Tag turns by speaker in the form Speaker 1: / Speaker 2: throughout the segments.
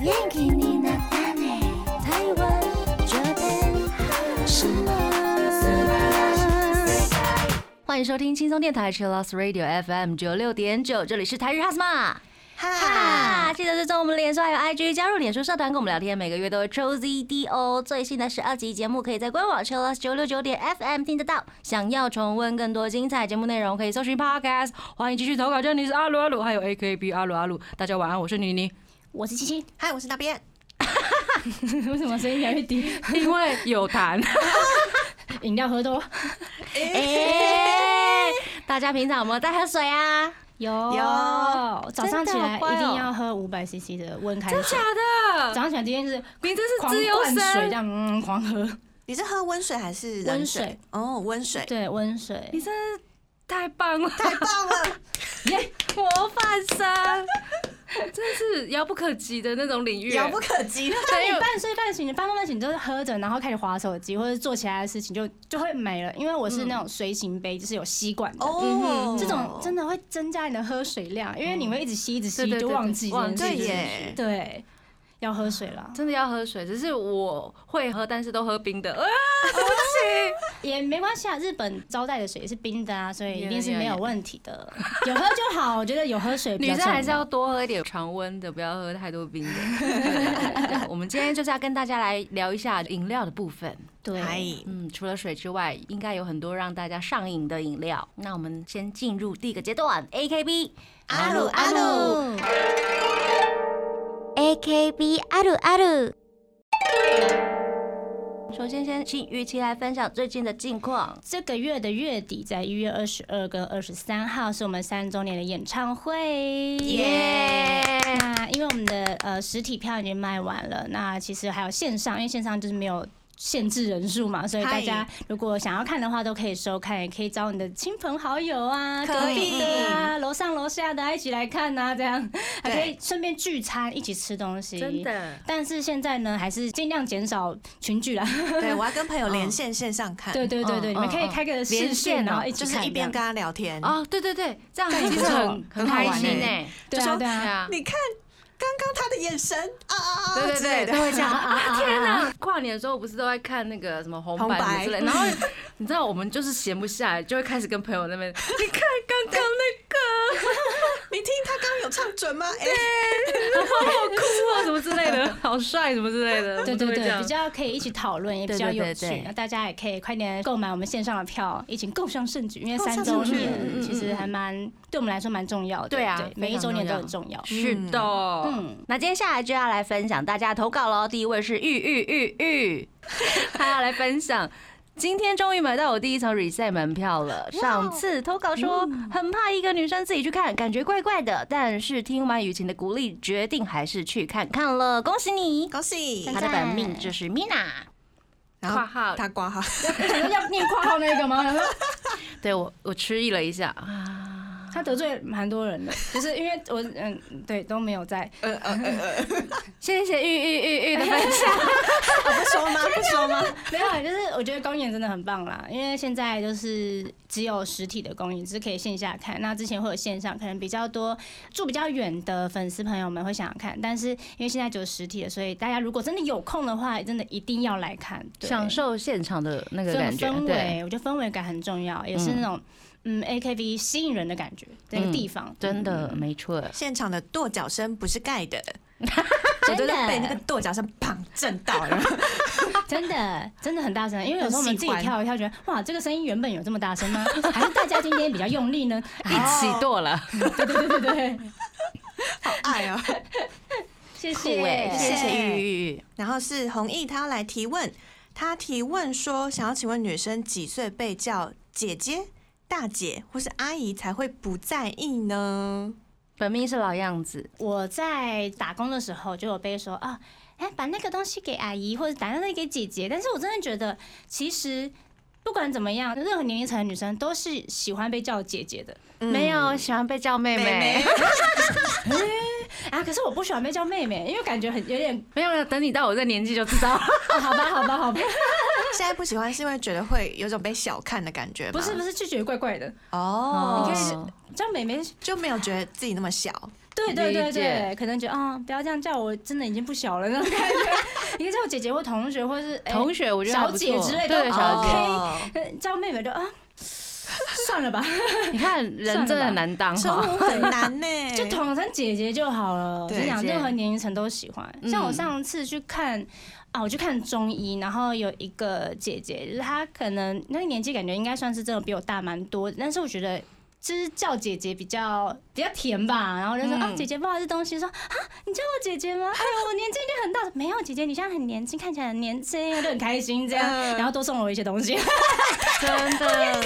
Speaker 1: 元気になったね台湾这边什么？
Speaker 2: 欢迎收听轻松电台 Chill Out Radio FM 九六点九，这里是台日哈斯玛。哈，记得追踪我们脸书还有 IG，加入脸书社团跟我们聊天，每个月都会抽 ZD 哦。最新的十二集节目可以在官网 c h i l l s 九六九点 FM 听得到。想要重温更多精彩节目内容，可以搜寻 Podcast。欢迎继续投稿，这里是阿鲁阿鲁，还有 AKB 阿鲁阿鲁。大家晚安，我是妮妮。
Speaker 1: 我是七七，
Speaker 3: 嗨，我是那边。
Speaker 4: 为什么声音越来越低？
Speaker 2: 因为有痰。
Speaker 4: 饮料喝多？
Speaker 2: 哎，大家平常有没有在喝水啊？
Speaker 4: 有
Speaker 3: 有
Speaker 4: 早上起来
Speaker 2: 真的好乖哦
Speaker 4: 一定要喝五百 CC 的温开水。
Speaker 2: 假
Speaker 4: 早？上起来第一件事，
Speaker 2: 你这是
Speaker 4: 狂
Speaker 2: 自由
Speaker 4: 灌水这
Speaker 2: 生，
Speaker 4: 样，嗯，狂喝。
Speaker 3: 你是喝温水还是冷
Speaker 4: 温水？
Speaker 3: 哦，温水，
Speaker 4: 对，温水
Speaker 2: 欸你。真是太棒了！
Speaker 3: 太棒了！
Speaker 2: 模范生，真是遥不可及的那种领域。欸
Speaker 3: 遥不可及。
Speaker 4: 但你
Speaker 2: 有
Speaker 4: 半睡半醒，你半梦半醒就是喝着，然后开始划手机或者做其他的事情，就就会没了。因为我是那种随行杯，就是有吸管的，
Speaker 3: 哦，
Speaker 4: 这种真的会增加你的喝水量，因为你会一直吸一直吸，
Speaker 2: 对对
Speaker 4: 就
Speaker 2: 对
Speaker 4: 忘
Speaker 2: 对
Speaker 4: 记
Speaker 2: 忘
Speaker 4: 这件
Speaker 2: 记
Speaker 4: 事
Speaker 3: 对
Speaker 4: 情。
Speaker 3: 耶，
Speaker 4: 对，要喝水了，
Speaker 2: 真的要喝水，只是我会喝，但是都喝冰的。啊，对不起，
Speaker 4: 也没关系啊。日本招待的水也是冰的啊，所以一定是
Speaker 2: Yeah, yeah,
Speaker 4: 没有
Speaker 2: yeah.
Speaker 4: 问题的。有喝就好，我觉得有喝水比
Speaker 2: 女
Speaker 4: 较
Speaker 2: 生还是
Speaker 4: 重
Speaker 2: 要多喝一点常温的，不要喝太多 冰的。对我们今天就是要跟大家来聊一下饮料的部分。
Speaker 3: 嗨
Speaker 4: 对，
Speaker 2: 嗯，除了水之外，应该有很多让大家上瘾的饮料。那我们先进入第一个阶段，AKB
Speaker 3: 阿鲁阿鲁，
Speaker 4: 鲁。
Speaker 1: AKB あるある。
Speaker 2: 首先，先请雨琦来分享最近的近况。
Speaker 4: 这个月的月底，在一月二十二跟二十三号是我们三周年的演唱会，
Speaker 2: 耶！
Speaker 4: 那哎因为我们的呃实体票已经卖完了，那其实还有线上，因为线上就是没有。限制人数嘛，所以大
Speaker 3: 嗨
Speaker 4: 家如果想要看的话，都可以收看，也可以找你的亲朋好友啊、
Speaker 3: 可
Speaker 4: 隔壁
Speaker 3: 以
Speaker 4: 的啊、楼上楼下的啊一起来看啊，这 样还可以顺便聚餐，一起吃东西。
Speaker 2: 真。的，
Speaker 4: 但是现在呢，还是尽量减少群聚啦。
Speaker 3: 对我要跟朋友连线线上看，
Speaker 4: 对对对对，
Speaker 3: 哦
Speaker 2: 嗯
Speaker 4: 你们可以
Speaker 2: 嗯
Speaker 4: 开个
Speaker 2: 连
Speaker 4: 视
Speaker 2: 线
Speaker 4: 讯，然
Speaker 2: 哦
Speaker 4: 后一起
Speaker 3: 就是
Speaker 4: 看
Speaker 3: 一
Speaker 4: 这样
Speaker 3: 边跟他聊天。
Speaker 2: 哦，对对对，这样
Speaker 3: 这样
Speaker 2: 其
Speaker 3: 不
Speaker 2: 实
Speaker 3: 错
Speaker 2: 很很
Speaker 3: 很好
Speaker 2: 开
Speaker 3: 玩
Speaker 2: 心
Speaker 3: 欸
Speaker 2: 哎，
Speaker 4: 对
Speaker 3: 就
Speaker 4: 啊
Speaker 3: 说
Speaker 4: 对啊，
Speaker 2: 啊，
Speaker 3: 你看刚刚他的眼神啊啊啊！
Speaker 2: 对对
Speaker 3: 之类
Speaker 2: 对，
Speaker 3: 的
Speaker 2: 都会这样。啊天哪！ 跨年的时候不是都在看那个什么红白
Speaker 3: 红
Speaker 2: 什
Speaker 3: 白
Speaker 2: 么之类，然后你知道我们就是闲不下来，就会开始跟朋友那边，你看刚刚那
Speaker 3: 你听他刚刚有唱准吗？哎，
Speaker 2: 个，好好哭啊什么之类的，好帅什么之类的，
Speaker 4: 对
Speaker 2: 我
Speaker 4: 对
Speaker 2: 们都会这
Speaker 4: 对，
Speaker 2: 样
Speaker 4: 比较可以一起讨论，也比较有
Speaker 2: 对对对
Speaker 4: 趣。
Speaker 2: 对
Speaker 4: 那大家也可以快点购买我们线上的票，一起共襄盛举，因为
Speaker 3: 共襄
Speaker 4: 三周
Speaker 3: 盛
Speaker 2: 嗯嗯
Speaker 3: 举
Speaker 4: 年
Speaker 2: 嗯
Speaker 4: 其实还蛮对我们来说蛮重要的。
Speaker 2: 对啊
Speaker 4: 每一周年都很 重要。
Speaker 2: 是的。嗯，
Speaker 4: 嗯，
Speaker 2: 那接下来就要来分享大家的投稿喽。第一位是玉玉玉 玉，他要来分享。今天终于买到我第一场 reset 门票了。上次投稿说
Speaker 4: 嗯
Speaker 2: 很怕一个女生自己去看，感觉怪怪的，但是听完雨晴的鼓励，决定还是去看看了。恭喜你！
Speaker 3: 恭喜
Speaker 4: 嗯！
Speaker 2: 她的本命就是 Mina，
Speaker 3: 然后
Speaker 2: 号
Speaker 3: 他挂号，
Speaker 4: 要念括号那个吗？
Speaker 2: 对我我迟疑了一下啊，
Speaker 4: 他得罪蛮多人的，就是因为我嗯对都没有在，
Speaker 3: 呃呃呃 呃，
Speaker 2: 谢谢玉玉玉玉的分 享。
Speaker 3: 啊不说 吗？不说吗？
Speaker 4: 没有，啊就是我觉得公演真的很棒啦，因为现在就是只有实体的公演，只是可以线下看。那之前会有线上，可能比较多住比较远的粉丝朋友们会想要看，但是因为现在只有实体了，所以大家如果真的有空的话，真的一定要来看，对
Speaker 2: 享受现场的那个
Speaker 4: 这种
Speaker 2: 感觉，
Speaker 4: 氛
Speaker 2: 对，
Speaker 4: 围。我觉得氛围感很重要，也是那种嗯 AKB 吸引人的感觉，那个地方
Speaker 2: 嗯
Speaker 4: 嗯
Speaker 2: 真的没错。
Speaker 3: 现场的跺脚声不是盖的，我觉得被那个跺脚声砰震到了。
Speaker 4: 真的真的很大声，因为有时候我们自己
Speaker 3: 很喜
Speaker 4: 跳
Speaker 3: 欢
Speaker 4: 一跳，觉得哇，这个声音原本有这么大声吗？ 还是大家今天比较用力呢？
Speaker 2: 一起堕了，
Speaker 4: 对对对对对。
Speaker 3: 好爱哦。
Speaker 4: 谢
Speaker 2: 酷哎，谢谢玉玉玉。
Speaker 3: 然后是弘毅，他要来提问，他提问说，想要请问女生几岁被叫姐姐、大姐或是阿姨才会不在意呢？
Speaker 2: 本命是老样子，
Speaker 4: 我在打工的时候就有被说啊，哎、把那个东西给阿姨或者打那个给姐姐，但是我真的觉得其实。不管怎么样，任何年龄层的女生都是喜欢被叫姐姐的
Speaker 3: 嗯
Speaker 2: 没有喜欢被叫妹
Speaker 3: 妹妹
Speaker 2: 妹，
Speaker 4: 啊。可是我不喜欢被叫妹妹，因为感觉很有 点、
Speaker 2: 没有了。等你到我这年纪就知道了。
Speaker 4: 啊好吧，好吧，好吧。
Speaker 3: 现在不喜欢是因为觉得会有种被小看的感觉吗？
Speaker 4: 不是不是，就觉得怪怪的，
Speaker 3: 哦，
Speaker 4: 你可以叫妹妹。
Speaker 3: 就没有觉得自己那么小。
Speaker 4: 对对对
Speaker 2: 理解
Speaker 4: 对，可能觉得啊、不要这样叫我，真的已经不小了那种感觉。你可以叫我姐姐或同学，或是、哎
Speaker 5: 同学，我觉得还不错
Speaker 4: 小姐之类的
Speaker 5: 对小姐。
Speaker 3: 哦
Speaker 4: 呃 叫妹妹就啊，算了吧，
Speaker 5: 你看人真的很难 当
Speaker 3: 称
Speaker 5: 哈，
Speaker 3: 呼很难呢、
Speaker 4: 就统称姐姐就好了。我
Speaker 3: 哎对
Speaker 4: 跟你讲，
Speaker 2: 姐
Speaker 4: 任何年龄层都喜欢。
Speaker 5: 嗯
Speaker 4: 像我上次去看。啊，我去看中医，然后有一个姐姐，就是她可能那个年纪感觉应该算是真的比我大蛮多，但是我觉得就是叫姐姐比较比较甜吧，然后就说、
Speaker 2: 嗯
Speaker 4: 啊姐姐不好意思东西，说啊你叫我姐姐吗？哎呦我年纪已经很大，没有姐姐你现在很年轻，看起来很年轻，我就很开心这样，
Speaker 3: 嗯
Speaker 4: 然后多送了我一些东西，
Speaker 2: 真的，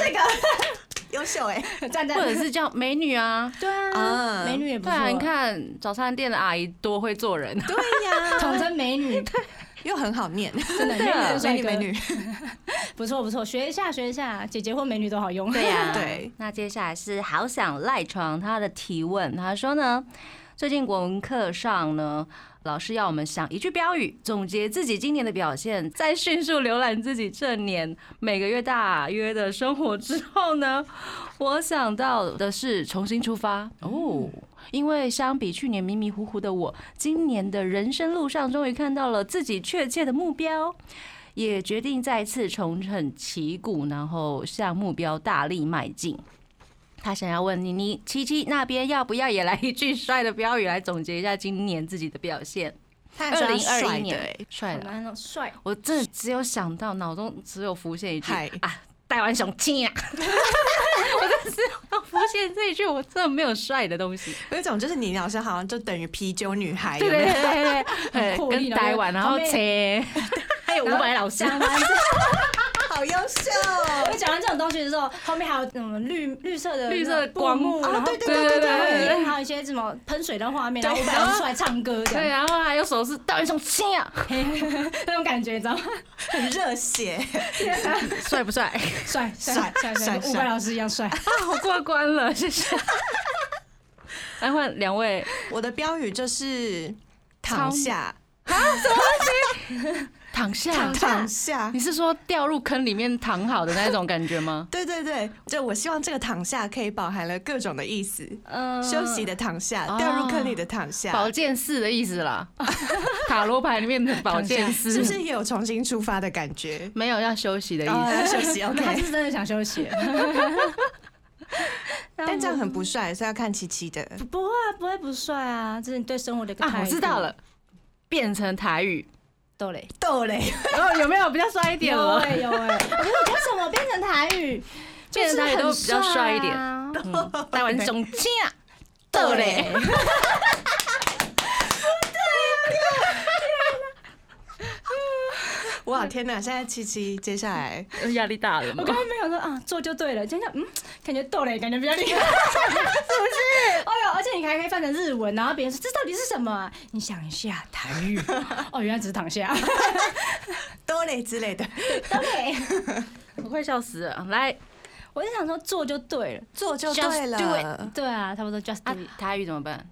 Speaker 3: 优秀哎、
Speaker 4: 赞
Speaker 5: 或者
Speaker 4: 赞，
Speaker 5: 是叫美女啊。
Speaker 4: 对啊，
Speaker 3: 啊
Speaker 4: 美女也不
Speaker 5: 对
Speaker 4: 错，
Speaker 5: 啊，你看早餐店的阿姨多会做人，
Speaker 3: 对呀、
Speaker 4: 统称美女，
Speaker 3: 又很好念，
Speaker 4: 真的美女 跟
Speaker 3: 美
Speaker 4: 嗯帅
Speaker 3: 女
Speaker 4: 哥
Speaker 3: 啊美女，
Speaker 4: 不错不错，学一下学一下，姐姐或美女都好用。
Speaker 2: 对呀、
Speaker 3: 对。
Speaker 2: 那接下来是好想赖床，他的提问，他说呢，最近国文课上呢，老师要我们想一句标语，总结自己今年的表现，再迅速浏览自己这年每个月大约的生活之后呢， 我想到的是重新出发哦。因为相比去年迷迷糊糊的我，今年的人生路上终于看到了自己确切的目标，也决定再次重整旗鼓，然后向目标大力迈进。他想要问你，你七七那边要不要也来一句帅的标语来总结一下今年自己的表现？
Speaker 3: 他
Speaker 2: 二
Speaker 3: 还说他
Speaker 2: 零二
Speaker 3: 帅
Speaker 2: 一
Speaker 3: 的
Speaker 2: 年
Speaker 3: 欸，
Speaker 2: 帅
Speaker 4: 好
Speaker 2: 的，
Speaker 4: 难哦，帅，
Speaker 2: 我真的只有想到脑中只有浮现一句
Speaker 3: 嗨
Speaker 2: 啊，台湾雄青啊！我真的是浮现这一句，我真的没有帅的东西。
Speaker 3: 有一种就是你好像好像就等于啤酒女孩，
Speaker 2: 对
Speaker 3: 有没
Speaker 2: 对
Speaker 3: 有
Speaker 2: 对对对，
Speaker 4: 酷
Speaker 2: 跟
Speaker 4: 立了
Speaker 2: 台湾，然后
Speaker 4: 旁边
Speaker 2: 切，还有伍佰老师，
Speaker 4: 讲完之
Speaker 3: 好优秀，哦
Speaker 4: 后，讲完这种东西之后，后面还有什么绿绿色的
Speaker 2: 绿色的
Speaker 4: 布
Speaker 2: 光
Speaker 4: 幕，
Speaker 2: 哦
Speaker 4: 然后
Speaker 2: 对对对对对
Speaker 4: 然后还有一些什么喷水的画面，然后我本来出来唱歌这
Speaker 2: 对，然
Speaker 4: 样，
Speaker 2: 后还有手势，台湾雄青啊，
Speaker 4: 那种感觉，你知道吗？
Speaker 3: 很热血，
Speaker 2: 帅不帅？
Speaker 4: 帅帅帅帅，
Speaker 3: 帅帅
Speaker 4: 跟伍佰老师一样帅。
Speaker 2: 啊，我过关了，谢谢。来换两位，
Speaker 3: 我的标语就是躺下，
Speaker 2: 躺下。
Speaker 3: 躺下？
Speaker 2: 你。是说掉入坑里面躺好的那种感觉吗
Speaker 3: 对对对，就我希望这个躺下可以饱含了各种的意思，
Speaker 2: 嗯
Speaker 3: 休息的躺下，掉入坑里的躺下，
Speaker 2: 保健室的意思 啦，塔罗牌里面的保健室
Speaker 3: 是不是也有重新出发的感觉？
Speaker 2: 没有要休息的意思？
Speaker 3: 啊，休 息
Speaker 4: 那他
Speaker 3: OK，
Speaker 4: 是真的想休息，
Speaker 3: 但这样很不帅，所以要看琪琪的。
Speaker 4: 不不会啊不会不帅啊，这是你对生活的一个
Speaker 2: 啊，我知道，了，变成台语，
Speaker 4: 豆嘞，
Speaker 3: 豆嘞，
Speaker 2: 然哦后有没有比较帅一点哦
Speaker 4: 有
Speaker 2: 了？
Speaker 4: 哎有哎，我觉得为什么变成台语，
Speaker 2: 变成台语都比较帅一点
Speaker 4: 就是很啊
Speaker 2: 嗯 台湾中青啊，
Speaker 3: 豆嘞，哇天哪！现在琪琪接下来
Speaker 2: 压力大了
Speaker 4: 我
Speaker 2: 吗？
Speaker 4: 刚刚没有说啊，做就对了，真的，嗯，感觉豆嘞，感觉比较厉 害，是不是？哎呦，而且你还可以翻成日文，然后别人说这到底是什么啊、你想一下，台 语，哦，原来只是躺下，
Speaker 3: 豆嘞之类的，
Speaker 4: 豆嘞，
Speaker 2: 我快笑死了！来，
Speaker 4: 我就想说做就对了，
Speaker 3: 做就
Speaker 2: Just
Speaker 3: 对
Speaker 2: do
Speaker 3: 了。
Speaker 4: 对啊，差不多 just
Speaker 2: 啊
Speaker 4: do，it、，
Speaker 2: 台语怎么办？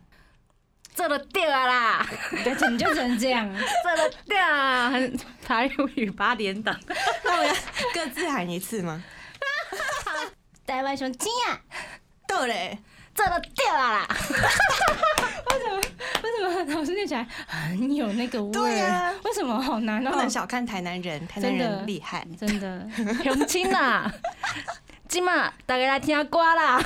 Speaker 2: 这都掉了啦，
Speaker 4: 对，你就只能这样，
Speaker 2: 这都掉啊！很台语八点档，
Speaker 3: 那我要各自喊一次吗？
Speaker 4: 台湾熊惊啊讶，
Speaker 3: 豆嘞，
Speaker 2: 这都掉了啦。
Speaker 4: 为什么老师念起来很有那个味？
Speaker 3: 对啊
Speaker 4: 为什么好难
Speaker 3: 不
Speaker 4: 哦
Speaker 3: 能？小看台南人，台南
Speaker 4: 真的
Speaker 3: 人厉害。
Speaker 4: 真的，
Speaker 2: 雄亲啦，今嘛大家来听歌啦。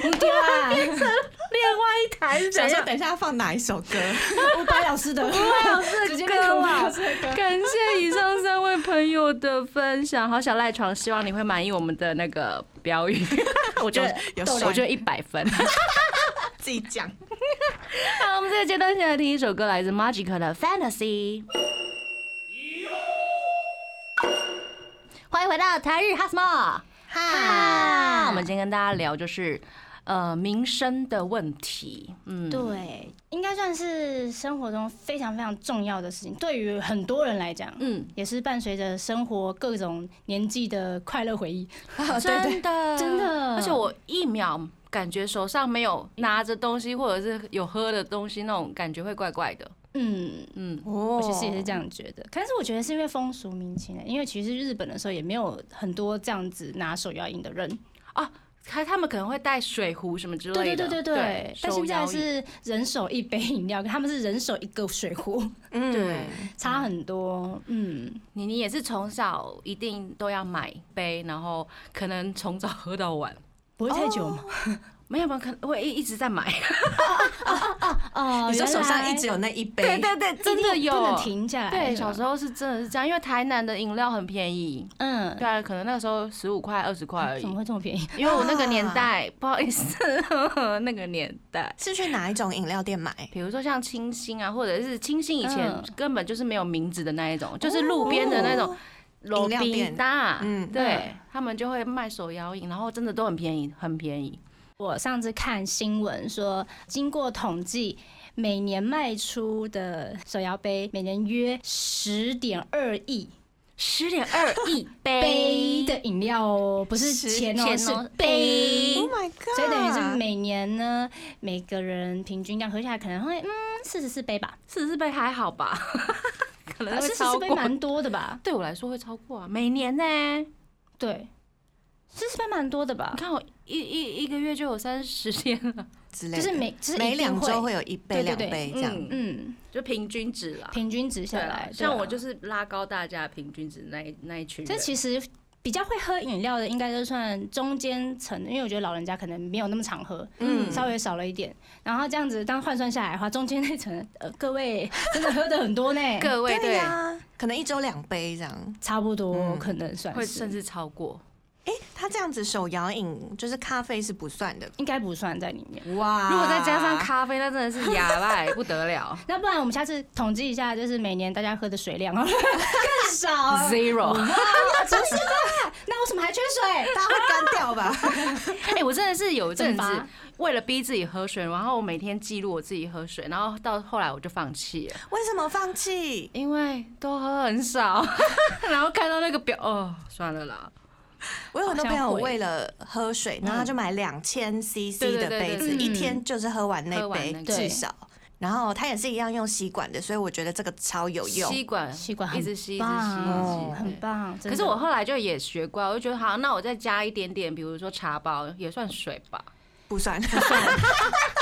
Speaker 4: 不对啊，
Speaker 2: 另外一台是
Speaker 3: 想说？等一下要放哪一首歌？
Speaker 4: 伍佰老师的，伍佰老师的
Speaker 2: 歌啊
Speaker 4: 老师的歌。
Speaker 2: 感谢以上三位朋友的分享，好想赖床，希望你会满意我们的那个标语。我觉得
Speaker 3: 有有
Speaker 2: 我觉得一百分。
Speaker 3: 自己讲。
Speaker 2: 好，我们这个阶段现在听一首歌，来自 Magic 的 Fantasy。欢迎回到台日哈什么？哈，我们今天跟大家聊就是呃民生的问题。嗯，
Speaker 4: 对，应该算是生活中非常非常重要的事情，对于很多人来讲，
Speaker 2: 嗯，
Speaker 4: 也是伴随着生活各种年纪的快乐回忆。
Speaker 3: 啊，对对，
Speaker 2: 真的
Speaker 4: 真的
Speaker 2: 而且我一秒感觉手上没有拿着东西，或者是有喝的东西，那种感觉会怪怪的。
Speaker 4: 嗯，
Speaker 2: 嗯，
Speaker 3: 哦
Speaker 4: 我其实也是这。样觉得，可是我觉得是因为风俗民情、因为其实日本的时候也没有很多这样子拿手摇饮的人，
Speaker 2: 他他们可能会带水壶什么之
Speaker 4: 对
Speaker 2: 类
Speaker 4: 对
Speaker 2: 的，
Speaker 4: 对对对，但
Speaker 2: 手
Speaker 4: 现在
Speaker 2: 摇椅
Speaker 4: 是人手一杯饮料，他们是人手一个水壶，
Speaker 3: 嗯，
Speaker 2: 对，
Speaker 4: 差很多。嗯，
Speaker 2: 你你也是从小一定都要买杯，然后可能从早喝到晚，
Speaker 4: 不会太久吗？
Speaker 2: 没有没有，可能会一一直在买，
Speaker 4: 哦
Speaker 3: 你说手上一直有那一杯，
Speaker 2: 对对对，真的有，
Speaker 4: 不能停下来。
Speaker 2: 对，小时
Speaker 4: 候，
Speaker 2: 候是真的是这样，因为台南的饮料很便宜，
Speaker 4: 嗯
Speaker 2: 对，啊，可能那个时候十五块二十块而已
Speaker 4: 怎。么啊会这么便宜？
Speaker 2: 因为我那个年代，不好意思， 那个年代，
Speaker 3: 是去哪一种饮料店买？
Speaker 2: 比如说像清新啊，或者是清新以前
Speaker 4: 嗯哦
Speaker 2: 根本就是没有名字的那一种，就是路边的那种楼
Speaker 3: 饮料店
Speaker 2: 冰大，
Speaker 3: 嗯
Speaker 2: 对他们就会卖手摇饮，然后真的都很便宜，很便宜。
Speaker 4: 我上次看新闻说，经过统计，每年卖出的手摇杯每年约十点二亿
Speaker 2: 十点二 亿
Speaker 4: 杯
Speaker 2: 杯，
Speaker 4: 的饮料哦，不是
Speaker 3: 十
Speaker 4: 钱哦，
Speaker 2: 钱
Speaker 4: 是
Speaker 2: 哦
Speaker 4: 杯。
Speaker 3: ，Oh my god！
Speaker 4: 所以等于是每
Speaker 2: 啊
Speaker 4: 年呢，每个人平均这样喝下来，可能会嗯四十四杯吧，
Speaker 2: 四十四杯还好吧？可能会
Speaker 4: 啊四十
Speaker 2: 超
Speaker 4: 四杯
Speaker 2: 过。
Speaker 4: 蛮多的吧？
Speaker 2: 对我来说会超过啊，每年呢、
Speaker 4: 对，四十杯蛮多的吧
Speaker 2: 你？看我一一一个月就有三十天了，
Speaker 3: 之类
Speaker 4: 就
Speaker 3: 的，
Speaker 4: 是每就是
Speaker 3: 每
Speaker 4: 一定
Speaker 3: 两周
Speaker 4: 会，
Speaker 3: 会有一杯
Speaker 4: 对
Speaker 3: 两
Speaker 4: 对对
Speaker 3: 杯这样。
Speaker 2: 嗯
Speaker 4: 嗯，
Speaker 2: 就平均值啦。
Speaker 4: 平均值下
Speaker 2: 对啊啦
Speaker 4: 来，。
Speaker 2: 像我就是
Speaker 4: 啊
Speaker 2: 是拉高大家平均值那一那一群人。，
Speaker 4: 这其实比较会喝饮料的，应该就算中间层，因为我觉得老人家可能没有那么常喝，
Speaker 3: 嗯
Speaker 4: 稍微少了一点。然后这样子当换算下来的话，中间那层，呃，各位真的喝的很多呢
Speaker 2: 各位
Speaker 3: 对
Speaker 2: 对，
Speaker 3: 呀，可能一周两杯这样。
Speaker 4: 差不多
Speaker 3: 嗯
Speaker 4: 可能算
Speaker 2: 会甚
Speaker 4: 是，
Speaker 2: 至超过。
Speaker 3: 他这样子手摇饮就是咖啡是不算的
Speaker 4: 应该不算在里面。
Speaker 3: 哇
Speaker 2: 如果再加上咖啡，那真的是哑巴也不得 了
Speaker 4: 那不然我们下次统计一下，就是每年大家喝的水量好 了更少了。嗯
Speaker 2: ，zero。
Speaker 4: 不是啊，那为什么还缺水？
Speaker 3: 大家会干掉吧？
Speaker 2: 哎，我真的是有一阵
Speaker 4: 蒸
Speaker 2: 子
Speaker 4: 发
Speaker 2: 为了逼自己喝水，然后我每天记录我自己喝水，然后到后来我就放弃了，
Speaker 3: 为什么放弃？
Speaker 2: 因为都喝很少， 然后看到那个表，哦，算了啦。
Speaker 3: 我有很多
Speaker 2: 好
Speaker 3: 朋
Speaker 2: 像
Speaker 3: 友
Speaker 2: 会
Speaker 3: 为了喝水，然后他就买两千 CC
Speaker 2: 对对
Speaker 3: 的
Speaker 2: 对
Speaker 3: 杯
Speaker 2: 对
Speaker 4: 对
Speaker 3: 子，一
Speaker 4: 嗯
Speaker 3: 天就是喝完那
Speaker 2: 喝完
Speaker 3: 杯
Speaker 2: 那个
Speaker 3: 至
Speaker 4: 对
Speaker 3: 少。然后他也是一样用吸管的，所以我觉得这个超有用。
Speaker 2: 吸管，
Speaker 4: 吸管
Speaker 2: 一
Speaker 4: 很
Speaker 2: 直吸，一直吸，一
Speaker 4: 棒，哦
Speaker 2: 直吸
Speaker 4: 很。棒。
Speaker 2: 对
Speaker 4: 真
Speaker 2: 可
Speaker 4: 的
Speaker 2: 是我后来就也学乖，我就觉得好，那我再加一点点，比如说茶包也算水吧。
Speaker 3: 不算，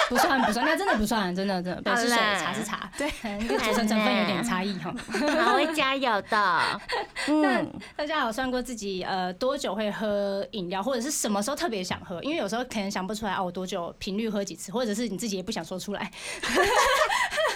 Speaker 4: 不算不算，那真的不算，真的真的。对，
Speaker 2: 好
Speaker 4: 是水，
Speaker 2: 啦
Speaker 4: 茶是茶，
Speaker 3: 对
Speaker 4: 嗯，跟组成成分有点差异哈。
Speaker 1: 好会加油的。嗯，
Speaker 4: 大家有算过自己呃多久会喝饮料，或者是什么时候特别想喝？因为有时候可能想不出来哦，我多久频率喝几次，或者是你自己也不想说出来。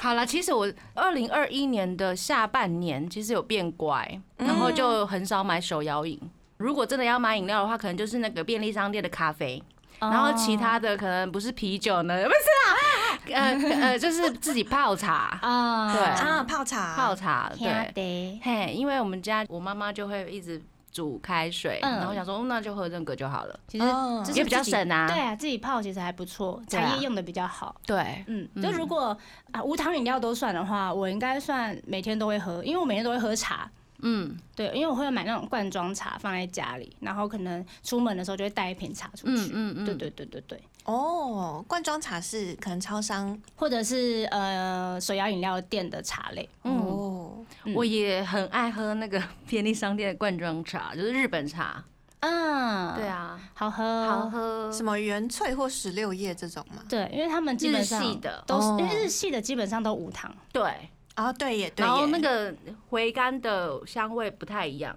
Speaker 2: 好了，其实我二零二一年的下半年其实有变乖，
Speaker 4: 嗯
Speaker 2: 然后就很少买手摇饮。如果真的要买饮料的话，可能就是那个便利商店的咖啡，
Speaker 4: 哦
Speaker 2: 然后其他的可能不是啤酒呢， 不是啦，呃呃，就是自己泡茶，
Speaker 4: 啊，
Speaker 2: 对
Speaker 3: 啊，泡茶，
Speaker 2: 泡茶，对，
Speaker 4: 对，
Speaker 2: 嘿，因为我们家我妈妈就会一直煮开水，
Speaker 4: 嗯
Speaker 2: 然后想说、哦那就喝这个就好了，
Speaker 4: 其实
Speaker 3: 哦
Speaker 4: 就是
Speaker 2: 也比较
Speaker 4: 自己
Speaker 2: 省啊
Speaker 4: 对啊，自己泡其实还不错，
Speaker 2: 对啊
Speaker 4: 茶叶用的比较好。
Speaker 2: 对，
Speaker 4: 嗯，就如果啊无糖饮料都算的话，我应该算每天都会喝，因为我每天都会喝茶。
Speaker 2: 嗯，
Speaker 4: 对，因为我会买那种罐装茶放在家里，然后可能出门的时候就会带一瓶茶出去。
Speaker 2: 嗯嗯嗯
Speaker 4: 对对对对对，
Speaker 3: 哦，罐装茶是可能超商
Speaker 4: 或者是呃手摇饮料店的茶类。
Speaker 3: 哦，
Speaker 4: 嗯
Speaker 2: 我也很爱喝那个 便利商店的罐装茶，就是日本茶。
Speaker 4: 嗯，
Speaker 2: 对，啊，
Speaker 4: 好喝，
Speaker 2: 好。喝。
Speaker 3: 什么原萃或十六叶这种吗？
Speaker 4: 对，因为他们基本上
Speaker 2: 日系的
Speaker 4: 都是，
Speaker 3: 哦
Speaker 4: 因为日系的基本上都无糖。
Speaker 2: 对，
Speaker 3: 啊，对耶，对
Speaker 2: 然后
Speaker 3: 耶，
Speaker 2: 那个回甘的香味不太一样，